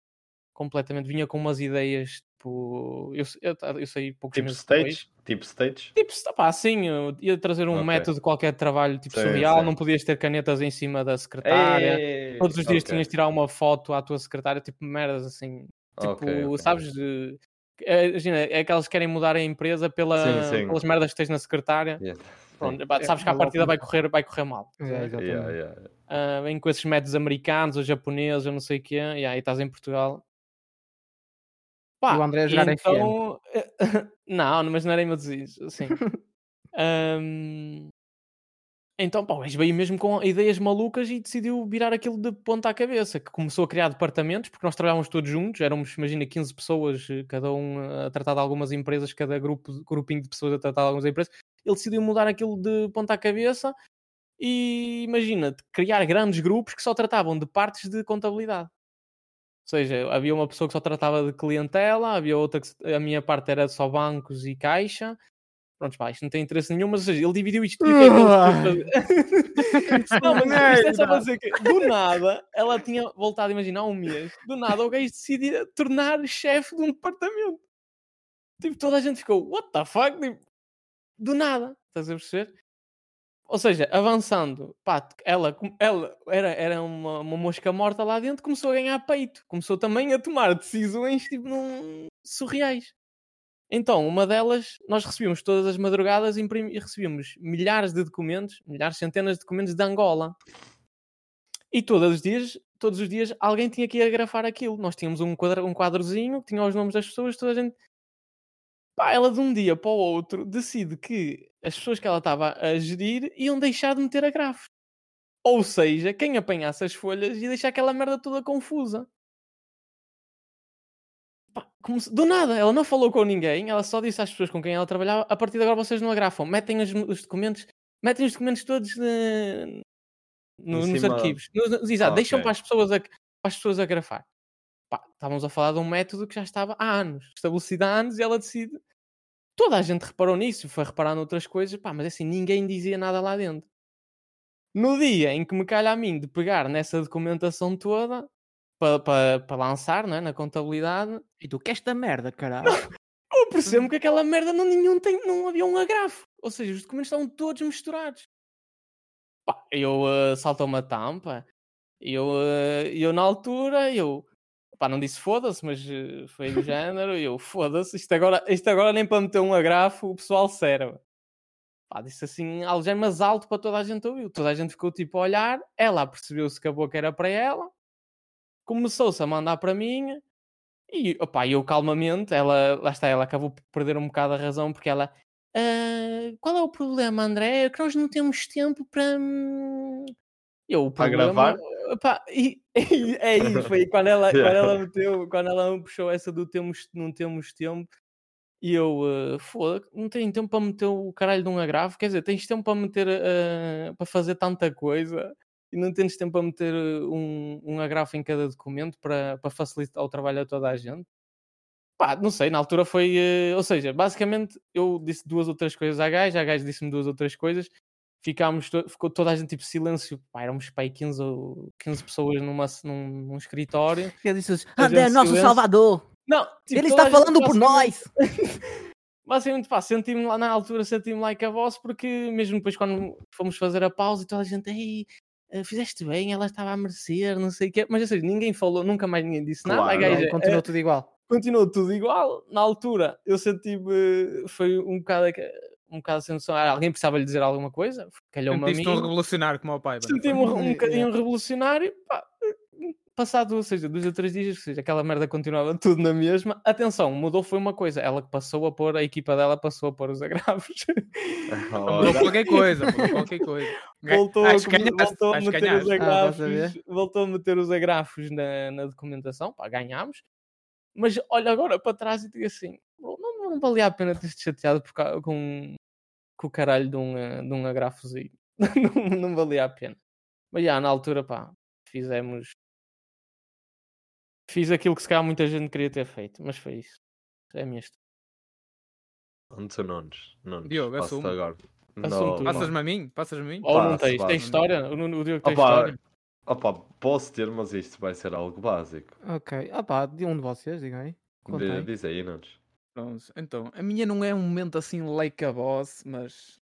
Speaker 3: Completamente, vinha com umas ideias tipo. Eu, se- eu, ta- eu saí poucos
Speaker 4: Tipo
Speaker 3: meses depois.
Speaker 4: stage? Tipo stage?
Speaker 3: Tipo, se- pá, assim, eu ia trazer um
Speaker 4: Ok.
Speaker 3: método de qualquer trabalho tipo
Speaker 4: Sim,
Speaker 3: surreal,
Speaker 4: sim. É,
Speaker 3: não podias ter canetas em cima da secretária.
Speaker 4: Ei,
Speaker 3: Todos os dias
Speaker 4: ok,
Speaker 3: tinhas de tirar uma foto à tua secretária, tipo merdas assim. Tipo,
Speaker 4: ok, ok.
Speaker 3: sabes? De... é, Imagina, é que elas querem mudar a empresa pela,
Speaker 4: Sim, sim.
Speaker 3: pelas merdas que tens na secretária.
Speaker 4: Yeah.
Speaker 3: Pronto, pá,
Speaker 2: É,
Speaker 3: sabes que a
Speaker 2: é
Speaker 3: partida
Speaker 2: loucura.
Speaker 3: vai correr, vai correr mal.
Speaker 2: É, exatamente.
Speaker 4: Yeah, yeah.
Speaker 3: Ah, vem com esses métodos americanos ou japoneses ou não sei o quê, e aí estás em Portugal.
Speaker 2: E o André a
Speaker 3: e
Speaker 2: jogar FM.
Speaker 3: então... Não, mas não era em meus isso, assim. Ahm, Então, pá, o gajo veio mesmo com ideias malucas e decidiu virar aquilo de ponta à cabeça, que começou a criar departamentos, porque nós trabalhávamos todos juntos, éramos, imagina, 15 pessoas, eh, cada um eh, a tratar de algumas empresas, cada grupo, grupinho de pessoas a tratar de algumas empresas. Ele decidiu mudar aquilo de ponta à cabeça e imagina de criar grandes grupos que só tratavam de partes de contabilidade. Ou seja, havia uma pessoa que só tratava de clientela, havia outra que se- a minha parte era só bancos e caixa. Pronto, pá, isto não tem interesse nenhum, mas ou seja, ele dividiu isto. E o que é que ele fez fazer? não, mas isto é só para dizer que do nada ela tinha voltado, imagina, há um mês, do nada o gajo decidia tornar chefe de um departamento. Tipo, toda a gente ficou, what the fuck? Tipo, do nada, estás a perceber? Ou seja, avançando, pá, ela, com- ela era, era uma, uma mosca morta lá dentro, começou a ganhar peito, começou também a tomar decisões tipo, num... surreais. Então, uma delas, nós recebíamos todas as madrugadas imprim- e recebíamos milhares de documentos, milhares, centenas de documentos de Angola. E todos os dias, todos os dias, alguém tinha que ir agrafar aquilo. Nós tínhamos um, quadra, um quadrozinho que tinha os nomes das pessoas, toda a gente pá, ela de um dia para o outro decide que as pessoas que ela estava a gerir iam deixar de meter a grafos. Ou seja, quem apanhasse as folhas ia deixar aquela merda toda confusa. Pá, como se- Do nada, ela não falou com ninguém, ela só disse às pessoas com quem ela trabalhava: a partir de agora vocês não agrafam, metem os, os documentos, metem os documentos todos eh, no-
Speaker 4: Em
Speaker 3: nos
Speaker 4: cima-
Speaker 3: arquivos. Nos- nos- exato,
Speaker 4: Ah,
Speaker 3: deixam
Speaker 4: ok.
Speaker 3: para as pessoas a, para as pessoas agrafar. Pá, estávamos a falar de um método que já estava há anos, estabelecido há anos, e ela decide toda a gente reparou nisso, foi reparar noutras coisas, pá, mas assim, ninguém dizia nada lá dentro. No dia em que me calha a mim de pegar nessa documentação toda para pa, pa lançar né, na contabilidade,
Speaker 2: E tu que esta merda, caralho.
Speaker 3: eu percebo que aquela merda não, nenhum tem, não havia um agrafo. Ou seja, os documentos estavam todos misturados. Pá, eu eh, saltou uma tampa. Eu, eh, eu na altura, eu... Pá, não disse foda-se, mas eh, foi do género. Eu, foda-se, isto agora, isto agora nem para meter um agrafo, o pessoal serve. Pá, disse assim, algo mais alto para toda a gente ouvir. Toda a gente ficou tipo a olhar. Ela percebeu-se que a boca era para ela. Começou-se a mandar para mim. E opá, eu calmamente, ela, lá está, ela acabou por perder um bocado a razão porque ela. "Ah, qual é o problema, André? É que nós não temos tempo para. hum, Eu, o
Speaker 4: Para
Speaker 3: problema.
Speaker 4: gravar?
Speaker 3: opá, e, e- é isso, foi aí quando ela,
Speaker 4: Yeah.
Speaker 3: quando ela meteu, quando ela me puxou essa do temos, não temos tempo. E eu, eh, foda não tenho tempo para meter o caralho de um agravo. Quer dizer, tens tempo para meter, eh, para fazer tanta coisa. e não tens tempo a meter eh, um, um agrafo em cada documento para, para facilitar o trabalho a toda a gente. Pá, não sei, na altura foi. eh, ou seja, basicamente eu disse duas ou três coisas à gaja, a gaja disse-me duas ou três coisas, ficámos, to- ficou toda a gente tipo silêncio, pá, éramos pá, aí 15, ou 15 pessoas numa, num, num escritório.
Speaker 6: Ele disse assim,
Speaker 3: Mas
Speaker 6: André,
Speaker 3: esse
Speaker 6: nosso
Speaker 3: silêncio-
Speaker 6: salvador.
Speaker 3: Não, tipo,
Speaker 6: Ele está
Speaker 3: toda a gente
Speaker 6: falando por
Speaker 3: basicamente-
Speaker 6: nós.
Speaker 3: Basicamente, pá, senti-me lá na altura, senti-me like a voz, porque mesmo depois quando fomos fazer a pausa e toda a gente, ei, eh, fizeste bem, ela estava a merecer, não sei o quê, mas ou seja, ninguém falou, nunca mais ninguém disse nada, a
Speaker 4: Claro.
Speaker 3: gaja,
Speaker 2: Aí
Speaker 3: eh,
Speaker 2: Continuou tudo igual.
Speaker 3: continuou tudo igual. Na altura, eu senti-me, foi um bocado, aque- um bocado a sensação, ah, alguém precisava lhe dizer alguma coisa, calhou-me a
Speaker 5: Sentiste um
Speaker 3: mim,
Speaker 5: revolucionário como o pai. mano.
Speaker 3: senti-me um, um bocadinho
Speaker 2: Yeah.
Speaker 3: revolucionário, pá, passado, ou seja, dois ou três dias, ou seja, aquela merda continuava tudo na mesma. Atenção, mudou foi uma coisa, ela que passou a pôr, a equipa dela passou a pôr os agravos.
Speaker 5: Mudou
Speaker 4: Ora,
Speaker 5: qualquer coisa, mudou qualquer coisa.
Speaker 3: voltou,
Speaker 5: Acho
Speaker 3: a,
Speaker 5: que
Speaker 3: come-
Speaker 5: ganhaste,
Speaker 3: voltou a
Speaker 5: acho que
Speaker 3: meter os
Speaker 5: ganhaste.
Speaker 2: Ah, estás a
Speaker 3: agrafos, voltou a meter os agrafos na, na documentação, pá, ganhámos. Mas olha agora para trás e digo assim, "Bro, não, não valia a pena ter-te chateado por ca- com, com o caralho de um, eh, de um agrafozinho. não, não valia a pena. Mas já, na altura, pá, fizemos... Fiz aquilo que se calhar muita gente queria ter feito, mas foi isso. É a minha história.
Speaker 4: Antes Nunes. Nunes.
Speaker 5: Diogo,
Speaker 4: passo-te
Speaker 5: assume.
Speaker 4: agora.
Speaker 3: Assume tu.
Speaker 4: pá.
Speaker 5: Passas-me a mim? Passas-me a mim?
Speaker 3: Ou não
Speaker 4: Passa,
Speaker 3: tens?
Speaker 4: passa.
Speaker 3: Tens história? O, Nuno- o Diogo tem
Speaker 4: Opa,
Speaker 3: história?
Speaker 4: opa, posso ter, mas isto vai ser algo básico.
Speaker 2: Ok. Ah pá, de um de vocês, digam aí. Conta
Speaker 4: Di-
Speaker 2: aí.
Speaker 4: Diz aí, Nunes.
Speaker 5: Pronto, então, a minha não é um momento assim like a boss, mas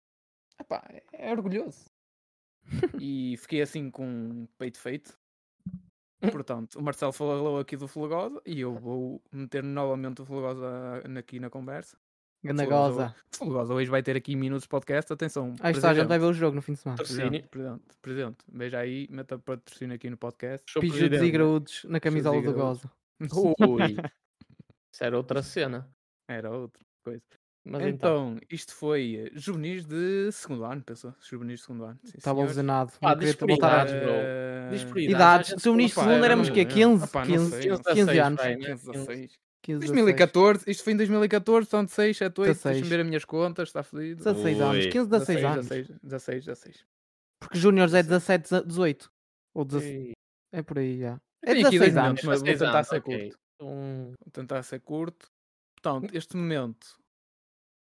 Speaker 5: epá, é orgulhoso. e fiquei assim com um peito feito. Portanto, o Marcelo falou aqui do Flagosa e eu vou meter novamente o Flagosa aqui na conversa.
Speaker 2: Ganda
Speaker 5: Flagosa-
Speaker 2: goza.
Speaker 5: Flagosa hoje vai ter aqui minutos de podcast, atenção.
Speaker 2: Aí está, a gente
Speaker 5: presidente,
Speaker 2: vai ver o jogo no fim de semana.
Speaker 5: Presidente, presidente, presidente, veja aí, meta patrocínio aqui no podcast.
Speaker 3: Sou
Speaker 2: Pijudos e
Speaker 3: presidente.
Speaker 2: graúdos na camisola
Speaker 5: e
Speaker 2: do
Speaker 5: graúdos.
Speaker 2: goza.
Speaker 3: Ui, isso era outra cena.
Speaker 5: Era outra coisa.
Speaker 3: Mas então,
Speaker 5: Então, isto foi eh, juvenis de segundo ano, pensou? Juvenis de segundo ano. sim,
Speaker 2: Estava
Speaker 5: senhor.
Speaker 2: alucinado.
Speaker 3: Pá,
Speaker 2: Não um queria
Speaker 3: diz por
Speaker 2: Tá voltar
Speaker 3: idades,
Speaker 2: a...
Speaker 3: bro. Diz
Speaker 5: Eh,
Speaker 3: por idades,
Speaker 2: Idades.
Speaker 3: acho
Speaker 2: Se o
Speaker 3: que
Speaker 2: ministro
Speaker 5: Opa,
Speaker 2: segundo
Speaker 5: era
Speaker 2: éramos
Speaker 5: muito
Speaker 2: quê?
Speaker 5: bem.
Speaker 2: 15?
Speaker 5: Opa, não
Speaker 2: 15,
Speaker 5: sei, não
Speaker 2: 15,
Speaker 3: sei.
Speaker 2: 15 anos.
Speaker 5: 15, 16.
Speaker 2: 15,
Speaker 5: 2014, isto foi em 2014, são 16, 7, 8,
Speaker 2: 16.
Speaker 5: deixa-me ver as minhas contas, está fodido.
Speaker 2: 16 anos.
Speaker 4: Ui.
Speaker 2: 15, 16 anos.
Speaker 5: 16, 16, 16.
Speaker 2: Porque Júniors é 17, 18. Ou 17.
Speaker 3: Ei,
Speaker 2: É por aí, já. É
Speaker 5: Eu tenho
Speaker 2: 16
Speaker 5: aqui dois
Speaker 2: anos.
Speaker 5: minutos, mas vou
Speaker 3: 16
Speaker 5: tentar
Speaker 3: anos,
Speaker 5: ser
Speaker 3: ok.
Speaker 5: curto.
Speaker 3: um-
Speaker 5: Vou tentar ser curto.
Speaker 2: Hum.
Speaker 5: Portanto, este momento,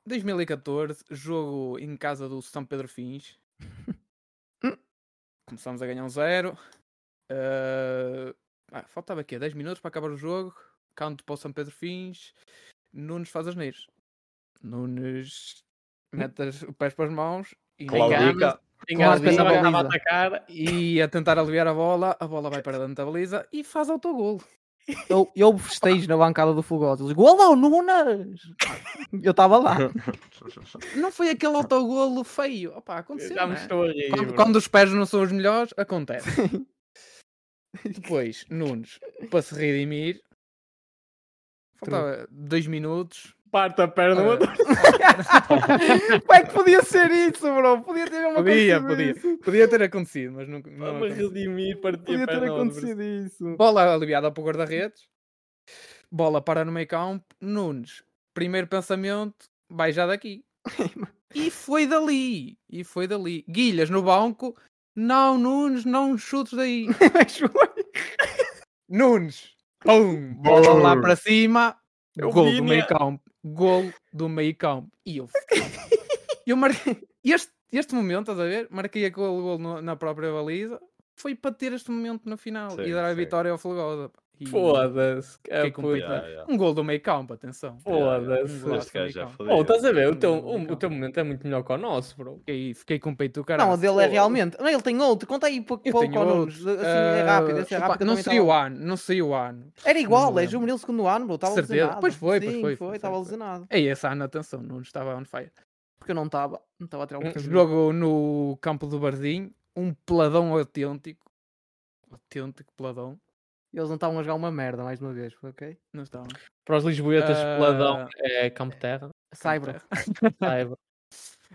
Speaker 5: 2014, jogo em casa do São Pedro Fins.
Speaker 2: Hum.
Speaker 5: Começamos a ganhar um zero. Ah, ah, faltava aqui 10 minutos para acabar o jogo. Canto para o São Pedro Fins. Nunes faz as neiras. Nunes
Speaker 2: Hum.
Speaker 5: mete as- os pés para as mãos e
Speaker 4: Claudica.
Speaker 3: Engano,
Speaker 2: pela
Speaker 3: estava a
Speaker 2: baliza.
Speaker 3: atacar e
Speaker 5: E a tentar aliviar a bola, a bola vai para dentro da baliza e faz autogol.
Speaker 2: Eu, eu festejo na bancada do Fogoso. Eles Golão, Nunas! Eu estava lá.
Speaker 5: Não foi aquele autogolo feio. Opa, aconteceu.
Speaker 3: já
Speaker 5: não
Speaker 3: me
Speaker 5: é?
Speaker 3: estou a rir.
Speaker 5: Quando,
Speaker 3: bro.
Speaker 5: quando os pés não são os melhores, acontece. Depois, Nunes, para se redimir, faltava dois minutos.
Speaker 3: parte a perna,
Speaker 5: Ah,
Speaker 3: outra-
Speaker 2: Como é que podia ser isso, bro? Podia ter uma
Speaker 5: podia,
Speaker 2: coisa
Speaker 5: podia. Podia ter acontecido, mas nunca. não
Speaker 3: Vamos
Speaker 5: aconteceu.
Speaker 3: redimir, partir a
Speaker 2: Podia ter
Speaker 3: perna. ao
Speaker 2: acontecido isso.
Speaker 5: Bola aliviada para o guarda-redes. Bola para no meio campo. Nunes, primeiro pensamento, vai já daqui. e foi dali. E foi dali. Guilhas no banco. Não, Nunes, não chutes daí. Nunes. Pum. Bola lá para cima.
Speaker 3: Eu
Speaker 5: gol do
Speaker 3: vi-me.
Speaker 5: meio campo. Gol do meio campo. E eu. eu marquei. Este, este momento, estás a ver? Marquei aquele gol no- na própria baliza. Foi para ter este momento na final e
Speaker 4: Sim,
Speaker 5: dar a
Speaker 4: sim.
Speaker 5: vitória ao Flagosa. pá. E-
Speaker 3: outro. Foda-se. que
Speaker 5: Fiquei
Speaker 3: puta.
Speaker 5: com pena.
Speaker 4: Yeah, yeah.
Speaker 5: Um gol do meio campo, atenção.
Speaker 3: Foda-se.
Speaker 5: Um golaço
Speaker 4: Este gajo é
Speaker 5: do meio
Speaker 4: já
Speaker 5: campo.
Speaker 4: fodeu.
Speaker 3: Oh, estás a ver? O teu,
Speaker 5: Um
Speaker 3: o, o teu momento é muito melhor que o nosso, bro.
Speaker 5: Fiquei, fiquei com o peito do caralho.
Speaker 2: Não, o dele é realmente. Não, ele tem outro. Conta aí para
Speaker 5: Eu
Speaker 2: para o
Speaker 5: tenho
Speaker 2: Nunes. Assim,
Speaker 5: outro.
Speaker 2: é rápido.
Speaker 5: Ah,
Speaker 2: Esse é
Speaker 5: opa,
Speaker 2: rápido. eu
Speaker 5: não
Speaker 2: também
Speaker 5: sei
Speaker 2: tava
Speaker 5: o
Speaker 2: lá.
Speaker 5: ano, não sei o ano.
Speaker 2: Era
Speaker 5: Não
Speaker 2: igual,
Speaker 5: me
Speaker 2: é
Speaker 5: lembro.
Speaker 2: juvenil segundo ano, bro. Estava
Speaker 5: Certeza.
Speaker 2: alucinado.
Speaker 5: Pois foi, pois
Speaker 2: Sim,
Speaker 5: foi,
Speaker 2: foi.
Speaker 5: foi,
Speaker 2: Estava
Speaker 5: foi.
Speaker 2: alucinado.
Speaker 5: É esse ano, atenção, não estava on fire.
Speaker 2: Porque eu não estava. Não estava a
Speaker 3: Hum.
Speaker 2: tirar
Speaker 5: Hum.
Speaker 2: um bocadinho.
Speaker 5: Jogo no campo do Bardim, um peladão autêntico. Autêntico peladão.
Speaker 2: Eles não estavam a jogar uma merda, mais uma vez, ok?
Speaker 5: Não estava.
Speaker 3: Para os Lisboetas,
Speaker 5: Ah.
Speaker 3: peladão é Campo Terra.
Speaker 2: Saibro.
Speaker 3: saiba.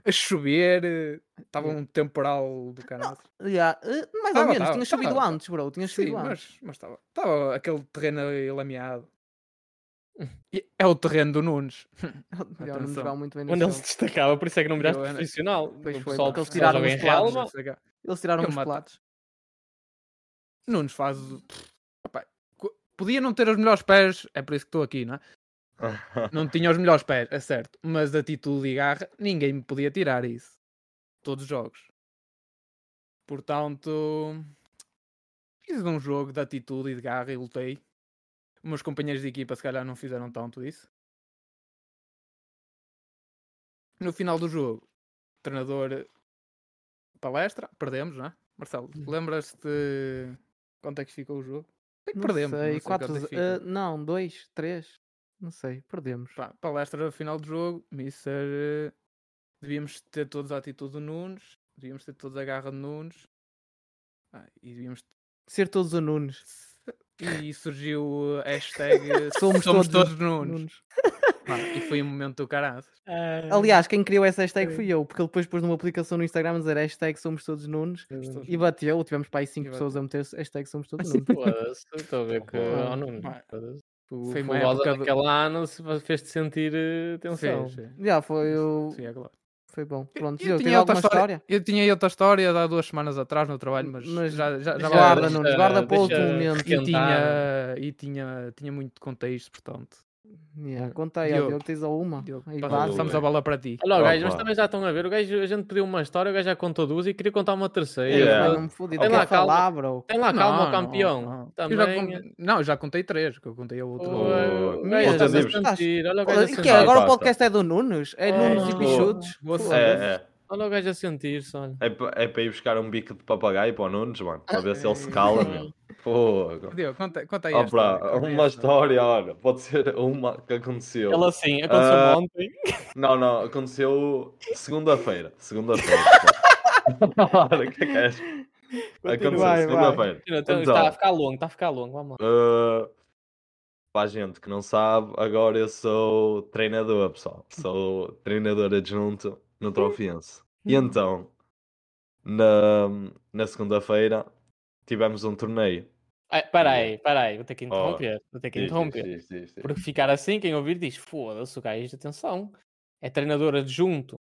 Speaker 5: A chover, eh, estava
Speaker 2: Hum.
Speaker 5: um temporal do canal.
Speaker 2: Yeah, eh, mais
Speaker 5: tá. Tava,
Speaker 2: ou menos,
Speaker 5: tava,
Speaker 2: tinha chovido
Speaker 5: tava, tava.
Speaker 2: antes, bro. Tinha
Speaker 5: Sim,
Speaker 2: chovido antes.
Speaker 5: mas mas estava estava aquele terreno aí lameado. E É o terreno do Nunes.
Speaker 2: Ele não
Speaker 5: Atenção.
Speaker 2: jogava muito bem
Speaker 3: Quando ele
Speaker 2: nesse
Speaker 3: se
Speaker 2: jogo.
Speaker 3: destacava, por isso é que não viraste
Speaker 5: Eu era-
Speaker 3: profissional.
Speaker 2: Pois
Speaker 3: O é?
Speaker 2: foi,
Speaker 3: pessoal
Speaker 5: é um
Speaker 2: porque eles
Speaker 3: só
Speaker 2: tiraram
Speaker 3: joga
Speaker 2: os
Speaker 3: em
Speaker 2: planos.
Speaker 3: relva.
Speaker 2: Eles tiraram
Speaker 5: Eu
Speaker 2: os
Speaker 5: mato-
Speaker 2: platos.
Speaker 5: Nunes faz. o- pff, opá, co- podia não ter os melhores pés, é por isso que estou aqui, não é? Não tinha os melhores pés, é certo. Mas de atitude e garra, ninguém me podia tirar isso. Todos os jogos. Portanto, fiz um jogo de atitude e de garra e lutei. Meus companheiros de equipa, se calhar, não fizeram tanto isso. No final do jogo, o treinador palestra, perdemos, não é? Marcelo,
Speaker 2: Hum.
Speaker 5: lembras-te quanto é que ficou o jogo? Sei que
Speaker 2: Não
Speaker 5: perdemos. não
Speaker 2: sei,
Speaker 5: sei
Speaker 2: quatro
Speaker 5: quanto é que
Speaker 2: ze-
Speaker 5: ficou.
Speaker 2: ah, não, 2, 3. Não sei, perdemos.
Speaker 5: Pá, palestra final do jogo, Mister. eh, Devíamos ter todos a atitude do Nunes, devíamos ter todos a garra do Nunes. Ah, e devíamos.
Speaker 2: Ser todos o Nunes.
Speaker 5: E surgiu a hashtag eh,
Speaker 2: Somos
Speaker 5: Somos,
Speaker 2: todos
Speaker 5: todos, Nunes.
Speaker 2: Nunes.
Speaker 5: Pá, e foi um momento do caralho. É.
Speaker 3: Ah.
Speaker 2: Aliás, quem criou essa hashtag
Speaker 3: Sim.
Speaker 2: fui eu, porque ele depois pôs numa aplicação no Instagram a dizer hashtag somos todos Nunes e bateu. Tivemos para aí 5
Speaker 5: E Ah,
Speaker 2: pessoas a meter hashtag somos todos Nunes.
Speaker 3: Foda-se, Estou a ver que oh,
Speaker 5: Opa,
Speaker 3: ao número.
Speaker 5: pá,
Speaker 3: foda-se. O
Speaker 5: Foi uma
Speaker 3: futebol
Speaker 5: época do-
Speaker 3: daquele ano se fez-te sentir eh, tensão.
Speaker 5: Sim, sim.
Speaker 2: Já foi o.
Speaker 5: Sim, é claro.
Speaker 2: Foi bom. Pronto,
Speaker 5: Eu
Speaker 2: Diogo, tens
Speaker 5: tinha outra
Speaker 2: alguma história?
Speaker 5: Eu tinha outra história de há duas semanas atrás no trabalho, mas,
Speaker 2: Mas
Speaker 5: já, já, já
Speaker 2: deixa-
Speaker 5: lá
Speaker 2: guarda,
Speaker 5: vamos.
Speaker 2: Nunes, guarda para outro
Speaker 3: deixa
Speaker 2: momento. E
Speaker 5: E,
Speaker 3: requentar.
Speaker 5: tinha, e tinha, tinha muito contexto, portanto.
Speaker 2: Yeah, conta aí, ó, Diogo,
Speaker 5: Diogo.
Speaker 2: tens a uma.
Speaker 5: Diogo,
Speaker 2: Aí
Speaker 4: passa-
Speaker 2: vai.
Speaker 5: passamos a
Speaker 4: Opa.
Speaker 5: bola para ti.
Speaker 3: Olha, o gajo, mas
Speaker 4: Opa.
Speaker 3: também já estão a ver. O gajo, a gente pediu uma história, o gajo já contou duas e queria contar uma terceira.
Speaker 4: Yeah.
Speaker 2: Ai,
Speaker 3: foda-se.
Speaker 2: Não me fodi, não
Speaker 3: Tem
Speaker 2: quer
Speaker 3: lá, calma.
Speaker 2: falar, bro.
Speaker 3: Tem lá calma,
Speaker 5: Não,
Speaker 3: campeão.
Speaker 5: não, não. Eu já
Speaker 3: Também. é
Speaker 5: con- Não, eu já contei três, que eu contei a outra.
Speaker 4: Oh.
Speaker 3: Oi, o
Speaker 2: Meu
Speaker 3: gajo está-se a
Speaker 4: Deus.
Speaker 3: sentir, Olha o gajo a
Speaker 2: Olha,
Speaker 3: sentir.
Speaker 2: que é, agora o
Speaker 4: Basta.
Speaker 2: podcast é do Nunes? É
Speaker 3: Oh,
Speaker 2: Nunes e
Speaker 4: oh.
Speaker 2: bichutos?
Speaker 5: Boa
Speaker 2: Foda-se.
Speaker 4: É, é.
Speaker 3: Olha o gajo a sentir-se. olha.
Speaker 4: É, pa- é para ir buscar um bico de papagaio para o Nunes, mano. Para ver se ele se cala, meu. Fogo.
Speaker 5: Diogo, conta, conta aí.
Speaker 4: Ó,
Speaker 5: esta,
Speaker 4: pá,
Speaker 5: conta aí
Speaker 4: uma
Speaker 5: esta.
Speaker 4: história, olha. Pode ser uma que aconteceu.
Speaker 3: Ela assim, aconteceu
Speaker 4: Ah.
Speaker 3: ontem.
Speaker 4: Não, não, aconteceu segunda-feira. Segunda-feira. pá. Ora, o que é que és? Aconteceu
Speaker 2: vai.
Speaker 4: segunda-feira.
Speaker 3: Então,
Speaker 4: Então.
Speaker 3: Está a ficar longo, está a ficar longo. Vamos lá.
Speaker 4: Uh, para a gente que não sabe, agora eu sou treinador, pessoal. Sou treinador adjunto no Trofiense. E então, na, na segunda-feira, tivemos um torneio.
Speaker 3: Ah, Peraí, peraí, vou ter que interromper. Vou ter que
Speaker 4: Diz, diz,
Speaker 3: interromper.
Speaker 4: diz, diz, diz.
Speaker 3: Porque ficar assim, quem ouvir diz: foda-se, o gajo, atenção. É treinador adjunto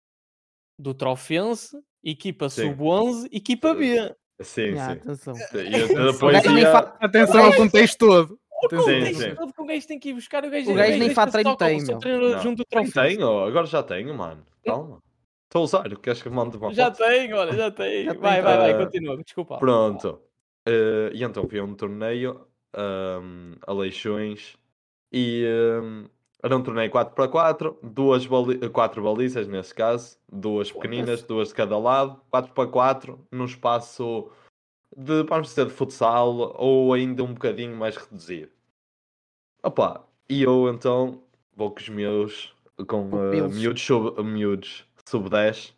Speaker 3: do Trofense, equipa
Speaker 4: Sim.
Speaker 3: sub-11, equipa B.
Speaker 4: Sim,
Speaker 2: Yeah,
Speaker 4: É, sim.
Speaker 2: atenção.
Speaker 4: E eu
Speaker 2: O
Speaker 4: depois
Speaker 2: gajo nem
Speaker 4: ia-
Speaker 2: faz-
Speaker 5: Atenção ao contexto todo.
Speaker 3: Qual
Speaker 4: Sim,
Speaker 3: é
Speaker 5: Atenção.
Speaker 3: isso
Speaker 4: sim.
Speaker 3: tudo que o gajo tem que ir buscar? O gajo,
Speaker 2: O gajo nem
Speaker 3: deixa
Speaker 2: faz
Speaker 3: só
Speaker 2: treino
Speaker 3: como
Speaker 2: tem,
Speaker 3: sou
Speaker 2: meu.
Speaker 3: treinador
Speaker 4: Não.
Speaker 3: adjunto do
Speaker 4: Nem
Speaker 3: Trofense.
Speaker 4: tenho, agora já tenho, mano. Calma. Estou a usar, queres que eu mande uma
Speaker 3: Já
Speaker 4: foto?
Speaker 3: tenho, olha, já tenho.
Speaker 2: Já
Speaker 3: vai,
Speaker 2: tem.
Speaker 3: vai, vai,
Speaker 4: Ah,
Speaker 3: continua, desculpa.
Speaker 4: Pronto. Eh, e então fui a um torneio, um, a Leixões, e ehm, era um torneio 4x4, duas bali 4 balizas nesse caso, duas pequeninas, duas de cada lado, 4x4, num espaço de, vamos dizer, de futsal, ou ainda um bocadinho mais reduzido. Opa, e eu então vou com os meus, com eh,
Speaker 2: Pupilos.
Speaker 4: miúdos sub-10, miúdos, sub 10,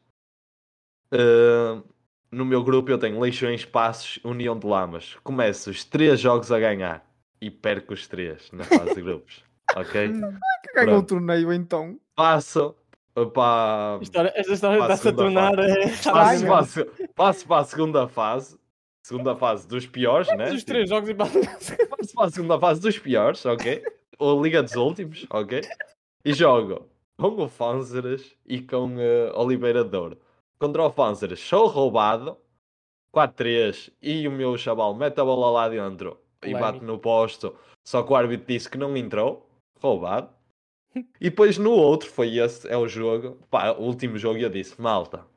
Speaker 4: eh, no meu grupo eu tenho Leixões, Passos, União de Lamas. Começo os três jogos a ganhar e perco os três na fase de grupos.
Speaker 2: Que
Speaker 4: Ok?
Speaker 2: ganhou o
Speaker 4: Pronto.
Speaker 2: torneio então?
Speaker 4: Passo
Speaker 3: A
Speaker 4: para.
Speaker 3: história- esta história
Speaker 4: Pá,
Speaker 3: está-se a
Speaker 4: segunda
Speaker 3: tornar.
Speaker 4: fase.
Speaker 3: eh,
Speaker 2: Ai,
Speaker 4: Passo,
Speaker 2: meu.
Speaker 4: passo, passo para a segunda fase. Segunda fase dos piores, né?
Speaker 3: Os três jogos e
Speaker 4: Passo para a segunda assim, fase dos piores, ok? Ou Liga dos Últimos, ok? E jogo com o Fanzeres e com eh, Oliveira de Douro. Contra o Fanzeres, sou roubado. 4-3 e o meu chaval mete a bola lá dentro e
Speaker 3: Polémico.
Speaker 4: bate no posto. Só que o árbitro disse que não entrou. Roubado. E depois no outro, foi esse, é o jogo. Pá, o último jogo eu disse, malta.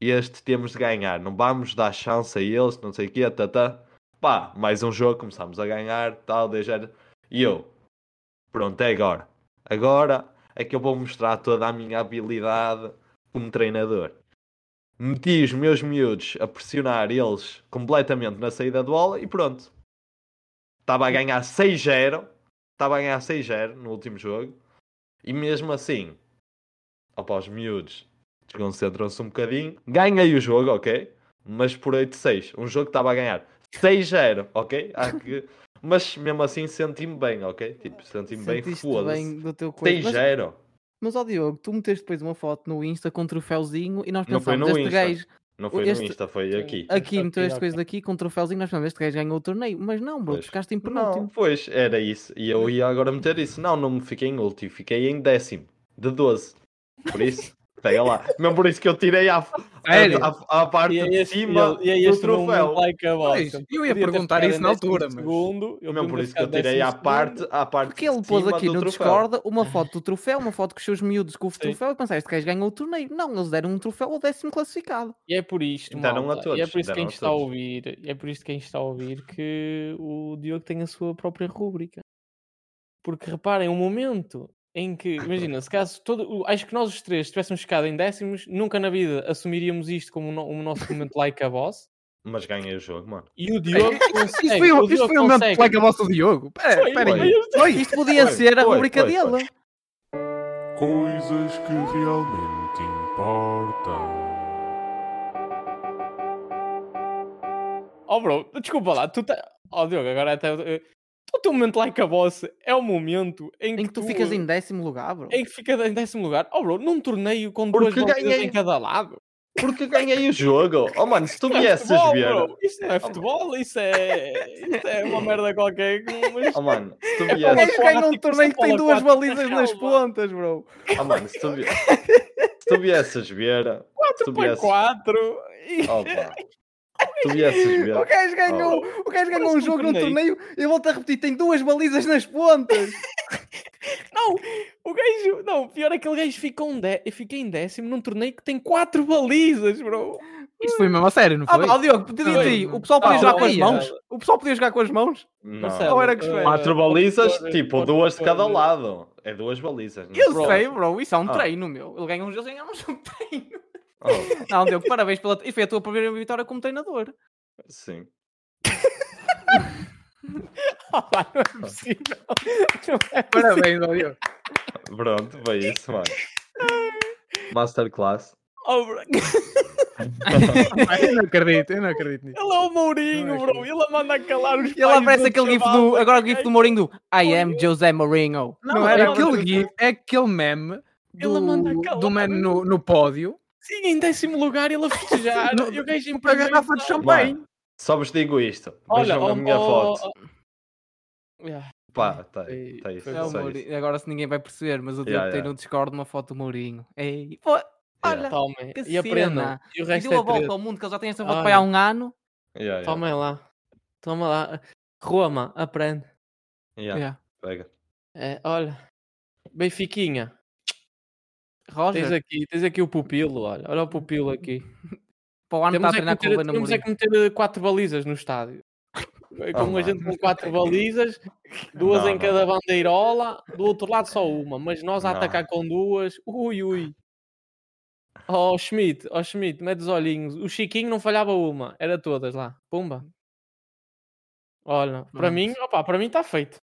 Speaker 4: Este temos de ganhar. Não vamos dar chance a eles, não sei o quê, tata. Pá, mais um jogo, começámos a ganhar, tal, deixar. E eu, pronto, é agora. Agora é que eu vou mostrar toda a minha habilidade como treinador. Meti os meus miúdos a pressionar eles completamente na saída de bola e pronto. Estava a ganhar 6-0. Estava a ganhar 6-0 no último jogo. E mesmo assim, opa, os miúdos desconcentram-se um bocadinho. Ganhei o jogo, ok? Mas por 8-6. Um jogo que estava a ganhar 6-0, ok? Há que- Mas mesmo assim senti-me bem, ok? Tipo, senti-me bem,
Speaker 2: Sentiste
Speaker 4: foda-se.
Speaker 2: bem do teu corpo. Mas,
Speaker 4: 6-0.
Speaker 2: mas ó Diogo, tu meteste depois uma foto no Insta com um troféuzinho e nós
Speaker 4: Não foi
Speaker 2: pensamos,
Speaker 4: no
Speaker 2: este
Speaker 4: Insta.
Speaker 2: gajo
Speaker 4: Não foi
Speaker 2: este-
Speaker 4: no Insta, foi aqui.
Speaker 2: aqui
Speaker 3: Insta
Speaker 2: meteu
Speaker 3: aqui,
Speaker 2: este
Speaker 3: ok.
Speaker 2: coisa daqui com um troféuzinho, nós pensamos, este gajo ganhou o torneio. Mas não, bro, tu
Speaker 4: Pois.
Speaker 2: ficaste em
Speaker 4: Não,
Speaker 2: penúltimo.
Speaker 4: pois, era isso. E eu ia agora meter isso. Não, não me fiquei em último, fiquei em décimo, de 12. Por isso, Pega lá. Mesmo por isso que eu tirei a,
Speaker 2: Sério?
Speaker 4: a, a- a parte
Speaker 3: E é
Speaker 4: de
Speaker 3: este,
Speaker 4: cima
Speaker 3: e é este
Speaker 4: do troféu.
Speaker 3: meu Like a boss.
Speaker 2: Pois,
Speaker 3: Ele
Speaker 2: eu ia
Speaker 3: podia ter
Speaker 2: perguntar
Speaker 3: ficado
Speaker 2: isso
Speaker 3: em
Speaker 2: na
Speaker 3: 12º
Speaker 2: altura, mas-
Speaker 3: segundo, ele podia
Speaker 4: Mesmo por
Speaker 3: ter
Speaker 4: isso que eu
Speaker 3: ficado em
Speaker 4: tirei a
Speaker 3: 12º.
Speaker 4: parte, a parte
Speaker 2: Porque ele
Speaker 4: de
Speaker 2: pôs
Speaker 4: cima
Speaker 2: aqui
Speaker 4: do
Speaker 2: no
Speaker 4: troféu.
Speaker 2: Discord uma foto do troféu, uma foto com os seus miúdos com o troféu e pensaste, este gajo ganhou o torneio. Não, eles deram um troféu ao décimo classificado.
Speaker 3: E é por isto,
Speaker 4: Então, não a
Speaker 3: malta,
Speaker 4: todos,
Speaker 3: e é por isso que
Speaker 4: então,
Speaker 3: quem
Speaker 4: não a
Speaker 3: está a
Speaker 4: todos.
Speaker 3: ouvir, e é por isso que quem está a ouvir que o Diogo tem a sua própria rúbrica. Porque reparem, o momento em que, imagina, se caso todo, o- acho que nós os três tivéssemos ficado em décimos, nunca na vida assumiríamos isto como o no- o nosso momento like a boss.
Speaker 4: Mas ganhei o jogo, mano.
Speaker 3: E o Diogo consegue,
Speaker 2: Isto foi,
Speaker 3: É,
Speaker 7: um,
Speaker 3: o
Speaker 2: o- isto
Speaker 3: Diogo
Speaker 2: foi o momento
Speaker 3: consegue.
Speaker 2: colega vosso do Diogo. Pera,
Speaker 3: Foi,
Speaker 2: pera aí.
Speaker 4: foi.
Speaker 2: Isto podia
Speaker 4: Foi,
Speaker 2: ser a
Speaker 4: foi,
Speaker 2: rubrica
Speaker 4: foi, foi.
Speaker 2: dele.
Speaker 6: Coisas que realmente importam.
Speaker 3: Oh, bro, desculpa lá, tu tá... Oh, Diogo, agora até... eh, O teu momento like a boss é o momento em que,
Speaker 2: Em que tu ficas
Speaker 3: eh,
Speaker 2: em décimo lugar, bro.
Speaker 3: em que fica em décimo lugar. Oh, bro, num torneio com duas
Speaker 4: Porque
Speaker 3: voltas
Speaker 4: ganhei.
Speaker 3: em cada lado.
Speaker 4: Porque ganhei o jogo. Oh, mano, se tu viesses ver.
Speaker 3: bro. Isso
Speaker 4: oh,
Speaker 3: não é futebol, isso é, isso é uma merda qualquer. que- Mas...
Speaker 4: Oh, mano, se tu
Speaker 3: É
Speaker 2: O
Speaker 3: para
Speaker 4: viesses.
Speaker 2: gajo ganha um
Speaker 3: aquático,
Speaker 2: torneio que
Speaker 3: São
Speaker 2: tem
Speaker 3: Paulo
Speaker 2: duas
Speaker 3: aquático,
Speaker 2: balizas
Speaker 3: calma.
Speaker 2: nas pontas, bro.
Speaker 4: Oh, mano, se tu, vi... se tu viesses ver. se
Speaker 3: 4
Speaker 4: tu
Speaker 3: para
Speaker 4: viesses.
Speaker 3: 4. E...
Speaker 4: Oh, pá. Se tu viesses
Speaker 2: O
Speaker 4: ver.
Speaker 2: gajo ganhou, o gajo ganhou um
Speaker 3: Parece um
Speaker 2: jogo num
Speaker 3: torneio.
Speaker 2: torneio e volta a repetir, tem duas balizas nas pontas.
Speaker 3: Não, o gajo. Não, o pior é que aquele gajo ficou, um dé- fica em décimo num torneio que tem 4 balizas, bro.
Speaker 7: Isto foi mesmo a sério, não
Speaker 2: Ah,
Speaker 7: foi?
Speaker 2: pá, Diogo, te digo
Speaker 3: Foi.
Speaker 2: aí, o pessoal podia
Speaker 3: Ah,
Speaker 2: jogar com as
Speaker 3: aí,
Speaker 2: mãos? O pessoal podia jogar com as mãos?
Speaker 4: Não.
Speaker 3: Marcelo,
Speaker 2: Ou era que
Speaker 3: eh,
Speaker 2: espera?
Speaker 4: Quatro balizas,
Speaker 3: Porto-
Speaker 4: tipo,
Speaker 3: Porto-
Speaker 4: duas de cada
Speaker 3: Porto-
Speaker 4: lado. É duas balizas. não é?
Speaker 2: Eu
Speaker 3: Bro.
Speaker 2: sei, bro, isso é um
Speaker 4: Ah.
Speaker 2: treino, meu. Ele ganha um jogo e ganha um jogo de treino.
Speaker 4: Oh,
Speaker 2: Não, Diogo, parabéns pela... E foi a tua primeira vitória como treinador.
Speaker 4: sim.
Speaker 3: Ah, pá, não
Speaker 4: Oh.
Speaker 3: é possível. Não é possível.
Speaker 2: Parabéns, ó, Diogo.
Speaker 4: Pronto, foi isso, mano. Masterclass.
Speaker 3: Oh, bro.
Speaker 7: eu não acredito, eu não acredito nisso.
Speaker 3: Ele é o Mourinho, bro. Ele a manda calar os
Speaker 2: E ele aparece aquele gif do... Agora o gif do Mourinho do I am
Speaker 3: Mourinho.
Speaker 2: José Mourinho.
Speaker 7: Não,
Speaker 3: Não,
Speaker 7: era
Speaker 3: não,
Speaker 7: aquele
Speaker 3: não.
Speaker 7: gif, é aquele meme
Speaker 3: Ela manda
Speaker 7: do,
Speaker 3: calar.
Speaker 7: do mano no, no pódio
Speaker 3: Sim, em décimo lugar ele a festejar.
Speaker 7: No-
Speaker 3: e o gajo em
Speaker 7: com a
Speaker 3: primeiro
Speaker 7: garrafa de
Speaker 3: lugar.
Speaker 7: champanhe.
Speaker 4: Só vos digo isto.
Speaker 3: Olha,
Speaker 4: Vejam a
Speaker 3: oh,
Speaker 4: minha
Speaker 3: oh,
Speaker 4: foto.
Speaker 3: oh, yeah.
Speaker 4: Pá, tá,
Speaker 3: Foi-
Speaker 4: tá isso.
Speaker 3: foi
Speaker 2: É o
Speaker 4: só
Speaker 2: Mourinho.
Speaker 4: isso.
Speaker 2: Agora se ninguém vai perceber, mas o Diogo
Speaker 4: Yeah,
Speaker 2: tem
Speaker 4: yeah.
Speaker 2: no Discord uma foto do Mourinho. Ei, pô, olha,
Speaker 3: Tomem.
Speaker 2: que
Speaker 3: E aprendam.
Speaker 2: cena.
Speaker 3: E o
Speaker 2: e
Speaker 3: resto
Speaker 2: deu a
Speaker 3: é Ah,
Speaker 2: volta
Speaker 3: treta.
Speaker 2: ao mundo que ele já tem esta foto
Speaker 3: Olha.
Speaker 2: para aí há um ano.
Speaker 4: Yeah, yeah,
Speaker 3: Tomem lá. Toma lá. Roma, aprende.
Speaker 4: yeah,
Speaker 2: Yeah.
Speaker 4: pega.
Speaker 3: É, olha. Benfiquinha, tens
Speaker 2: Roger,
Speaker 3: aqui, tens aqui o pupilo, olha. Olha o pupilo aqui.
Speaker 2: para o ano está a
Speaker 3: Temos
Speaker 2: treinar
Speaker 3: é, que
Speaker 2: com o
Speaker 3: meter,
Speaker 2: Lena
Speaker 3: temos é
Speaker 2: Mourinho.
Speaker 3: que meter eh, quatro balizas no estádio. É Como
Speaker 4: Oh, mano.
Speaker 3: a gente com quatro balizas, duas
Speaker 4: Não,
Speaker 3: em
Speaker 4: não.
Speaker 3: cada bandeirola, do outro lado só uma, mas nós a
Speaker 4: Não.
Speaker 3: atacar com duas, ui ui. Oh Schmidt, oh Schmidt, mete os olhinhos. O Chiquinho não falhava uma, era todas lá. Pumba. Olha, para
Speaker 4: Hum.
Speaker 2: Pronto.
Speaker 3: mim, opa, para mim está feito.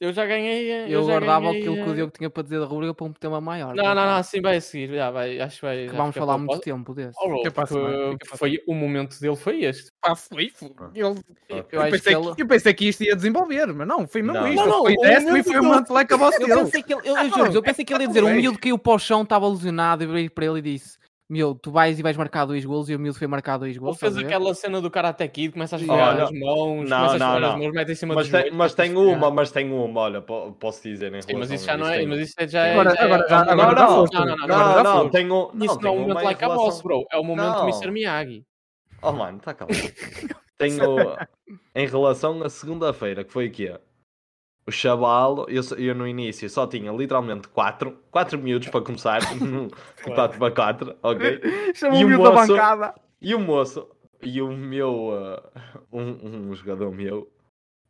Speaker 3: Eu já ganhei. eh,
Speaker 2: Eu
Speaker 3: já
Speaker 2: guardava
Speaker 3: ganhei,
Speaker 2: aquilo que o
Speaker 3: eh,
Speaker 2: Diogo tinha para dizer da rubrica para um tema maior.
Speaker 3: Não,
Speaker 2: pá,
Speaker 3: não,
Speaker 2: pá,
Speaker 3: não, assim vai a seguir. Já, vai, acho que vai.
Speaker 2: que
Speaker 3: já
Speaker 2: vamos
Speaker 3: fica
Speaker 2: falar há
Speaker 3: para o
Speaker 2: muito
Speaker 3: pós-
Speaker 2: tempo desse.
Speaker 3: Oh, bro,
Speaker 7: Fica para a semana,
Speaker 3: foi-
Speaker 7: fica para a
Speaker 3: foi, o momento dele foi este.
Speaker 7: Pá, foi, foi. Ele-
Speaker 2: Eu
Speaker 7: Eu
Speaker 2: acho
Speaker 7: pensei,
Speaker 2: que
Speaker 7: que,
Speaker 2: ele-
Speaker 7: eu pensei que isto ia desenvolver, mas não, foi mesmo
Speaker 4: Não.
Speaker 7: isto.
Speaker 3: Não, não,
Speaker 7: foi
Speaker 3: o
Speaker 7: décimo e
Speaker 3: momento
Speaker 7: foi um
Speaker 3: dele-
Speaker 7: monte like a vossa
Speaker 2: Eu
Speaker 7: dele.
Speaker 2: pensei que ele, eu,
Speaker 3: Ah,
Speaker 2: eu juro, eu pensei que ele ia dizer, o
Speaker 7: bem.
Speaker 2: miúdo caiu para o chão, estava lesionado, e virei para ele e disse, meu, tu vais e vais marcar dois golos, e o miúdo foi marcar dois
Speaker 3: Ele
Speaker 2: golos.
Speaker 3: fez
Speaker 2: estás a ver?
Speaker 3: aquela cena do Karate Kid, começa a
Speaker 2: Já.
Speaker 3: esfregar
Speaker 4: Olha,
Speaker 3: as mãos, começa
Speaker 4: não,
Speaker 3: a esfregar
Speaker 4: não,
Speaker 3: as
Speaker 4: não.
Speaker 3: mãos, mete em cima
Speaker 4: Mas
Speaker 3: dos
Speaker 4: tem,
Speaker 3: joelhos,
Speaker 4: mas
Speaker 3: começa a
Speaker 4: tem
Speaker 3: esfregar.
Speaker 4: uma, mas tem uma, olha, po- posso dizer em
Speaker 3: Sim, mas
Speaker 4: relação
Speaker 3: isso
Speaker 4: a
Speaker 3: já não é,
Speaker 4: tem-
Speaker 3: mas isso é- já é...
Speaker 7: Agora-
Speaker 3: já é-
Speaker 7: agora-
Speaker 3: já-
Speaker 7: agora
Speaker 3: agora
Speaker 7: já
Speaker 3: não,
Speaker 7: foste,
Speaker 3: não, não, não,
Speaker 4: Não,
Speaker 7: agora já
Speaker 3: agora
Speaker 4: não,
Speaker 7: foste.
Speaker 4: tenho, não,
Speaker 3: Isso não, é o
Speaker 4: tenho uma
Speaker 3: momento
Speaker 4: em
Speaker 3: like a
Speaker 4: relação-
Speaker 3: boss, bro. É o momento
Speaker 4: Não.
Speaker 3: Mr. Miyagi.
Speaker 4: Oh, mano, está calmo. Tenho em relação à segunda-feira, que foi o quê? O chavalo, eu, só- eu no início só tinha literalmente quatro, quatro miúdos para começar, num- quatado para quatro, ok?
Speaker 7: Chamou
Speaker 4: E
Speaker 7: o
Speaker 4: o
Speaker 7: miúdo da
Speaker 4: moço-
Speaker 7: bancada.
Speaker 4: E o moço, e o meu, ah, um, um jogador meu,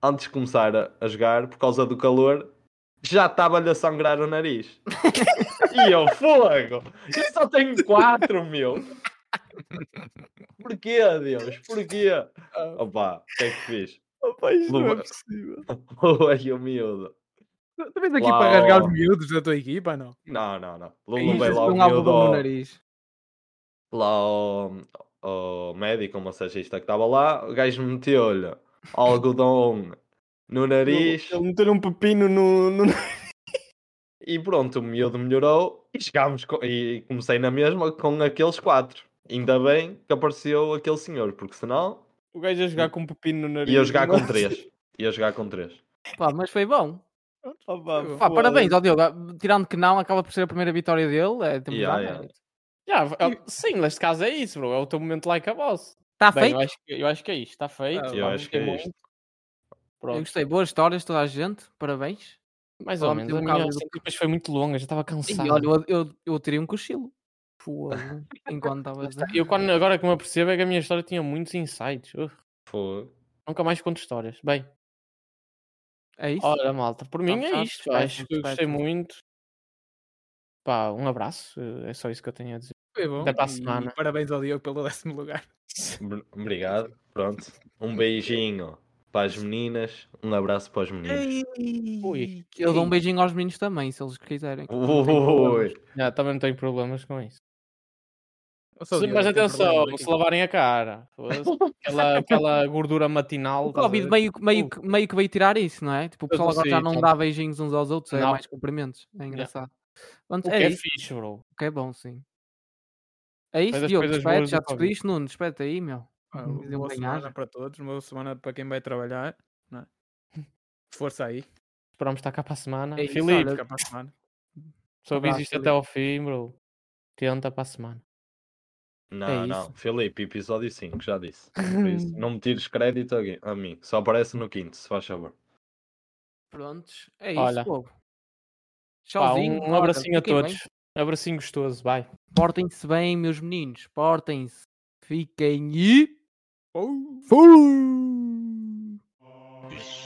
Speaker 4: antes de começar a, a jogar, por causa do calor, já estava-lhe a sangrar o nariz. e eu, fogo! Eu só tenho quatro, meu! Porquê, Deus? Porquê? Opa, o que é que fiz?
Speaker 3: Ah. Opa, isto
Speaker 4: não é Luva.
Speaker 3: possível.
Speaker 4: Levei o miúdo.
Speaker 7: Tu vens aqui
Speaker 4: Uau.
Speaker 7: para rasgar os miúdos da tua equipa, não? É
Speaker 4: Não, não, não.
Speaker 2: E
Speaker 4: Levei
Speaker 2: fez
Speaker 4: lá o
Speaker 2: um algodão
Speaker 4: miúdo
Speaker 2: no
Speaker 4: ao-
Speaker 2: nariz.
Speaker 4: lá ao, ao médico, ao massagista que estava lá, o gajo meteu-lhe algodão no nariz
Speaker 3: Ele meteu um pepino no... no...
Speaker 4: e pronto, o miúdo melhorou e chegámos co- e comecei na mesma com aqueles quatro. Ainda bem que apareceu aquele senhor, porque senão
Speaker 3: O gajo a jogar com um pepino no nariz.
Speaker 4: ia jogar com um
Speaker 3: Nossa,
Speaker 4: três. Ia jogar com três.
Speaker 2: Pá, mas foi bom.
Speaker 3: opa,
Speaker 2: Pá,
Speaker 3: foda-se.
Speaker 2: parabéns ao Diogo. ah, Tirando que não, acaba por ser a primeira vitória dele. É, temos
Speaker 4: Yeah,
Speaker 2: de dar
Speaker 4: yeah.
Speaker 2: mérito.
Speaker 3: Já, é- sim, neste caso é isso, bro. É o teu momento like a boss.
Speaker 2: Está
Speaker 4: Tá
Speaker 3: Bem,
Speaker 2: Tá feito?
Speaker 3: eu, acho que, eu acho que é isto. Está feito.
Speaker 7: Ah,
Speaker 4: eu
Speaker 3: vamos
Speaker 4: acho que
Speaker 3: ter
Speaker 4: é
Speaker 3: muito.
Speaker 4: isto.
Speaker 2: Eu
Speaker 3: Pronto,
Speaker 2: gostei. Boas histórias, toda a gente. Parabéns.
Speaker 3: mais ou
Speaker 2: Vamos
Speaker 3: menos.
Speaker 2: ter um
Speaker 3: A minha
Speaker 2: bocado do-
Speaker 3: assim, depois foi muito longa, já estava
Speaker 2: E
Speaker 3: cansado.
Speaker 2: olha, eu, eu, eu tirei um cochilo. Foda-se, Enquanto estava a dizer.
Speaker 3: Eu quando, agora que me apercebo é que a minha história tinha muitos insights. Uh,
Speaker 4: Fogo.
Speaker 3: nunca mais conto histórias. Bem,
Speaker 2: É isso?
Speaker 3: olha, malta, por mim é
Speaker 2: fechado,
Speaker 3: isto.
Speaker 2: perfeito,
Speaker 3: Acho que eu gostei
Speaker 2: perfeito.
Speaker 3: muito. Pá, um abraço. eh, É só isso que eu tenho a dizer.
Speaker 7: Foi bom.
Speaker 3: Até para a
Speaker 7: e
Speaker 3: semana.
Speaker 7: parabéns ao Diogo pelo décimo lugar.
Speaker 4: Br- Obrigado. Pronto. Um beijinho para as meninas. Um abraço para os meninos.
Speaker 3: Ui.
Speaker 2: Eu dou um beijinho aos meninos também, se eles quiserem.
Speaker 4: Ui.
Speaker 3: Já, também não tenho problemas com isso.
Speaker 7: Eu sou o
Speaker 3: Sim,
Speaker 7: Diogo,
Speaker 3: mas
Speaker 7: não tenho
Speaker 3: atenção,
Speaker 7: problemas
Speaker 3: se
Speaker 7: aqui.
Speaker 3: lavarem a cara. Foda-se. Aquela, aquela gordura matinal.
Speaker 2: O
Speaker 3: estás a
Speaker 2: Covid
Speaker 3: ver?
Speaker 2: meio, meio, que- meio que veio tirar isso, não é? Tipo, o
Speaker 3: Pois
Speaker 2: pessoal
Speaker 3: não
Speaker 2: agora já
Speaker 3: sei,
Speaker 2: não
Speaker 3: então.
Speaker 2: dá beijinhos uns aos outros, é
Speaker 3: Não.
Speaker 2: mais cumprimentos. É engraçado.
Speaker 3: O
Speaker 2: Pronto,
Speaker 3: que
Speaker 2: é
Speaker 3: é
Speaker 2: isso,
Speaker 3: fixe, bro.
Speaker 2: o que é bom, sim. É isso,
Speaker 3: das
Speaker 2: Diogo,
Speaker 3: coisas
Speaker 2: despede,
Speaker 3: boas
Speaker 2: já
Speaker 3: do Covid.
Speaker 2: despediste, Nuno, despede aí, meu.
Speaker 7: Ah,
Speaker 2: Hum,
Speaker 7: boa
Speaker 2: desempenhar.
Speaker 7: semana para todos, boa semana para quem vai trabalhar. não é? Força aí,
Speaker 3: Esperamos estar cá para a semana.
Speaker 2: É isso,
Speaker 3: Filipe,
Speaker 2: olha, um
Speaker 7: fica para a semana.
Speaker 3: se ouvires
Speaker 2: abraço,
Speaker 3: isto até ao fim, bro, tenta para a semana.
Speaker 4: Não,
Speaker 2: É
Speaker 4: não. Filipe, episódio 5, já disse. Por isso, não me tires crédito a- a mim. Só aparece no quinto, se faz favor.
Speaker 2: Prontos, é isso,
Speaker 3: Olha.
Speaker 2: povo.
Speaker 3: Pá,
Speaker 2: Tchauzinho,
Speaker 3: um, um
Speaker 2: olha,
Speaker 3: abracinho a
Speaker 2: fiquem bem.
Speaker 3: todos. Abracinho gostoso, vai.
Speaker 2: Portem-se bem, meus meninos, portem-se. Fiquem e...
Speaker 1: Isso.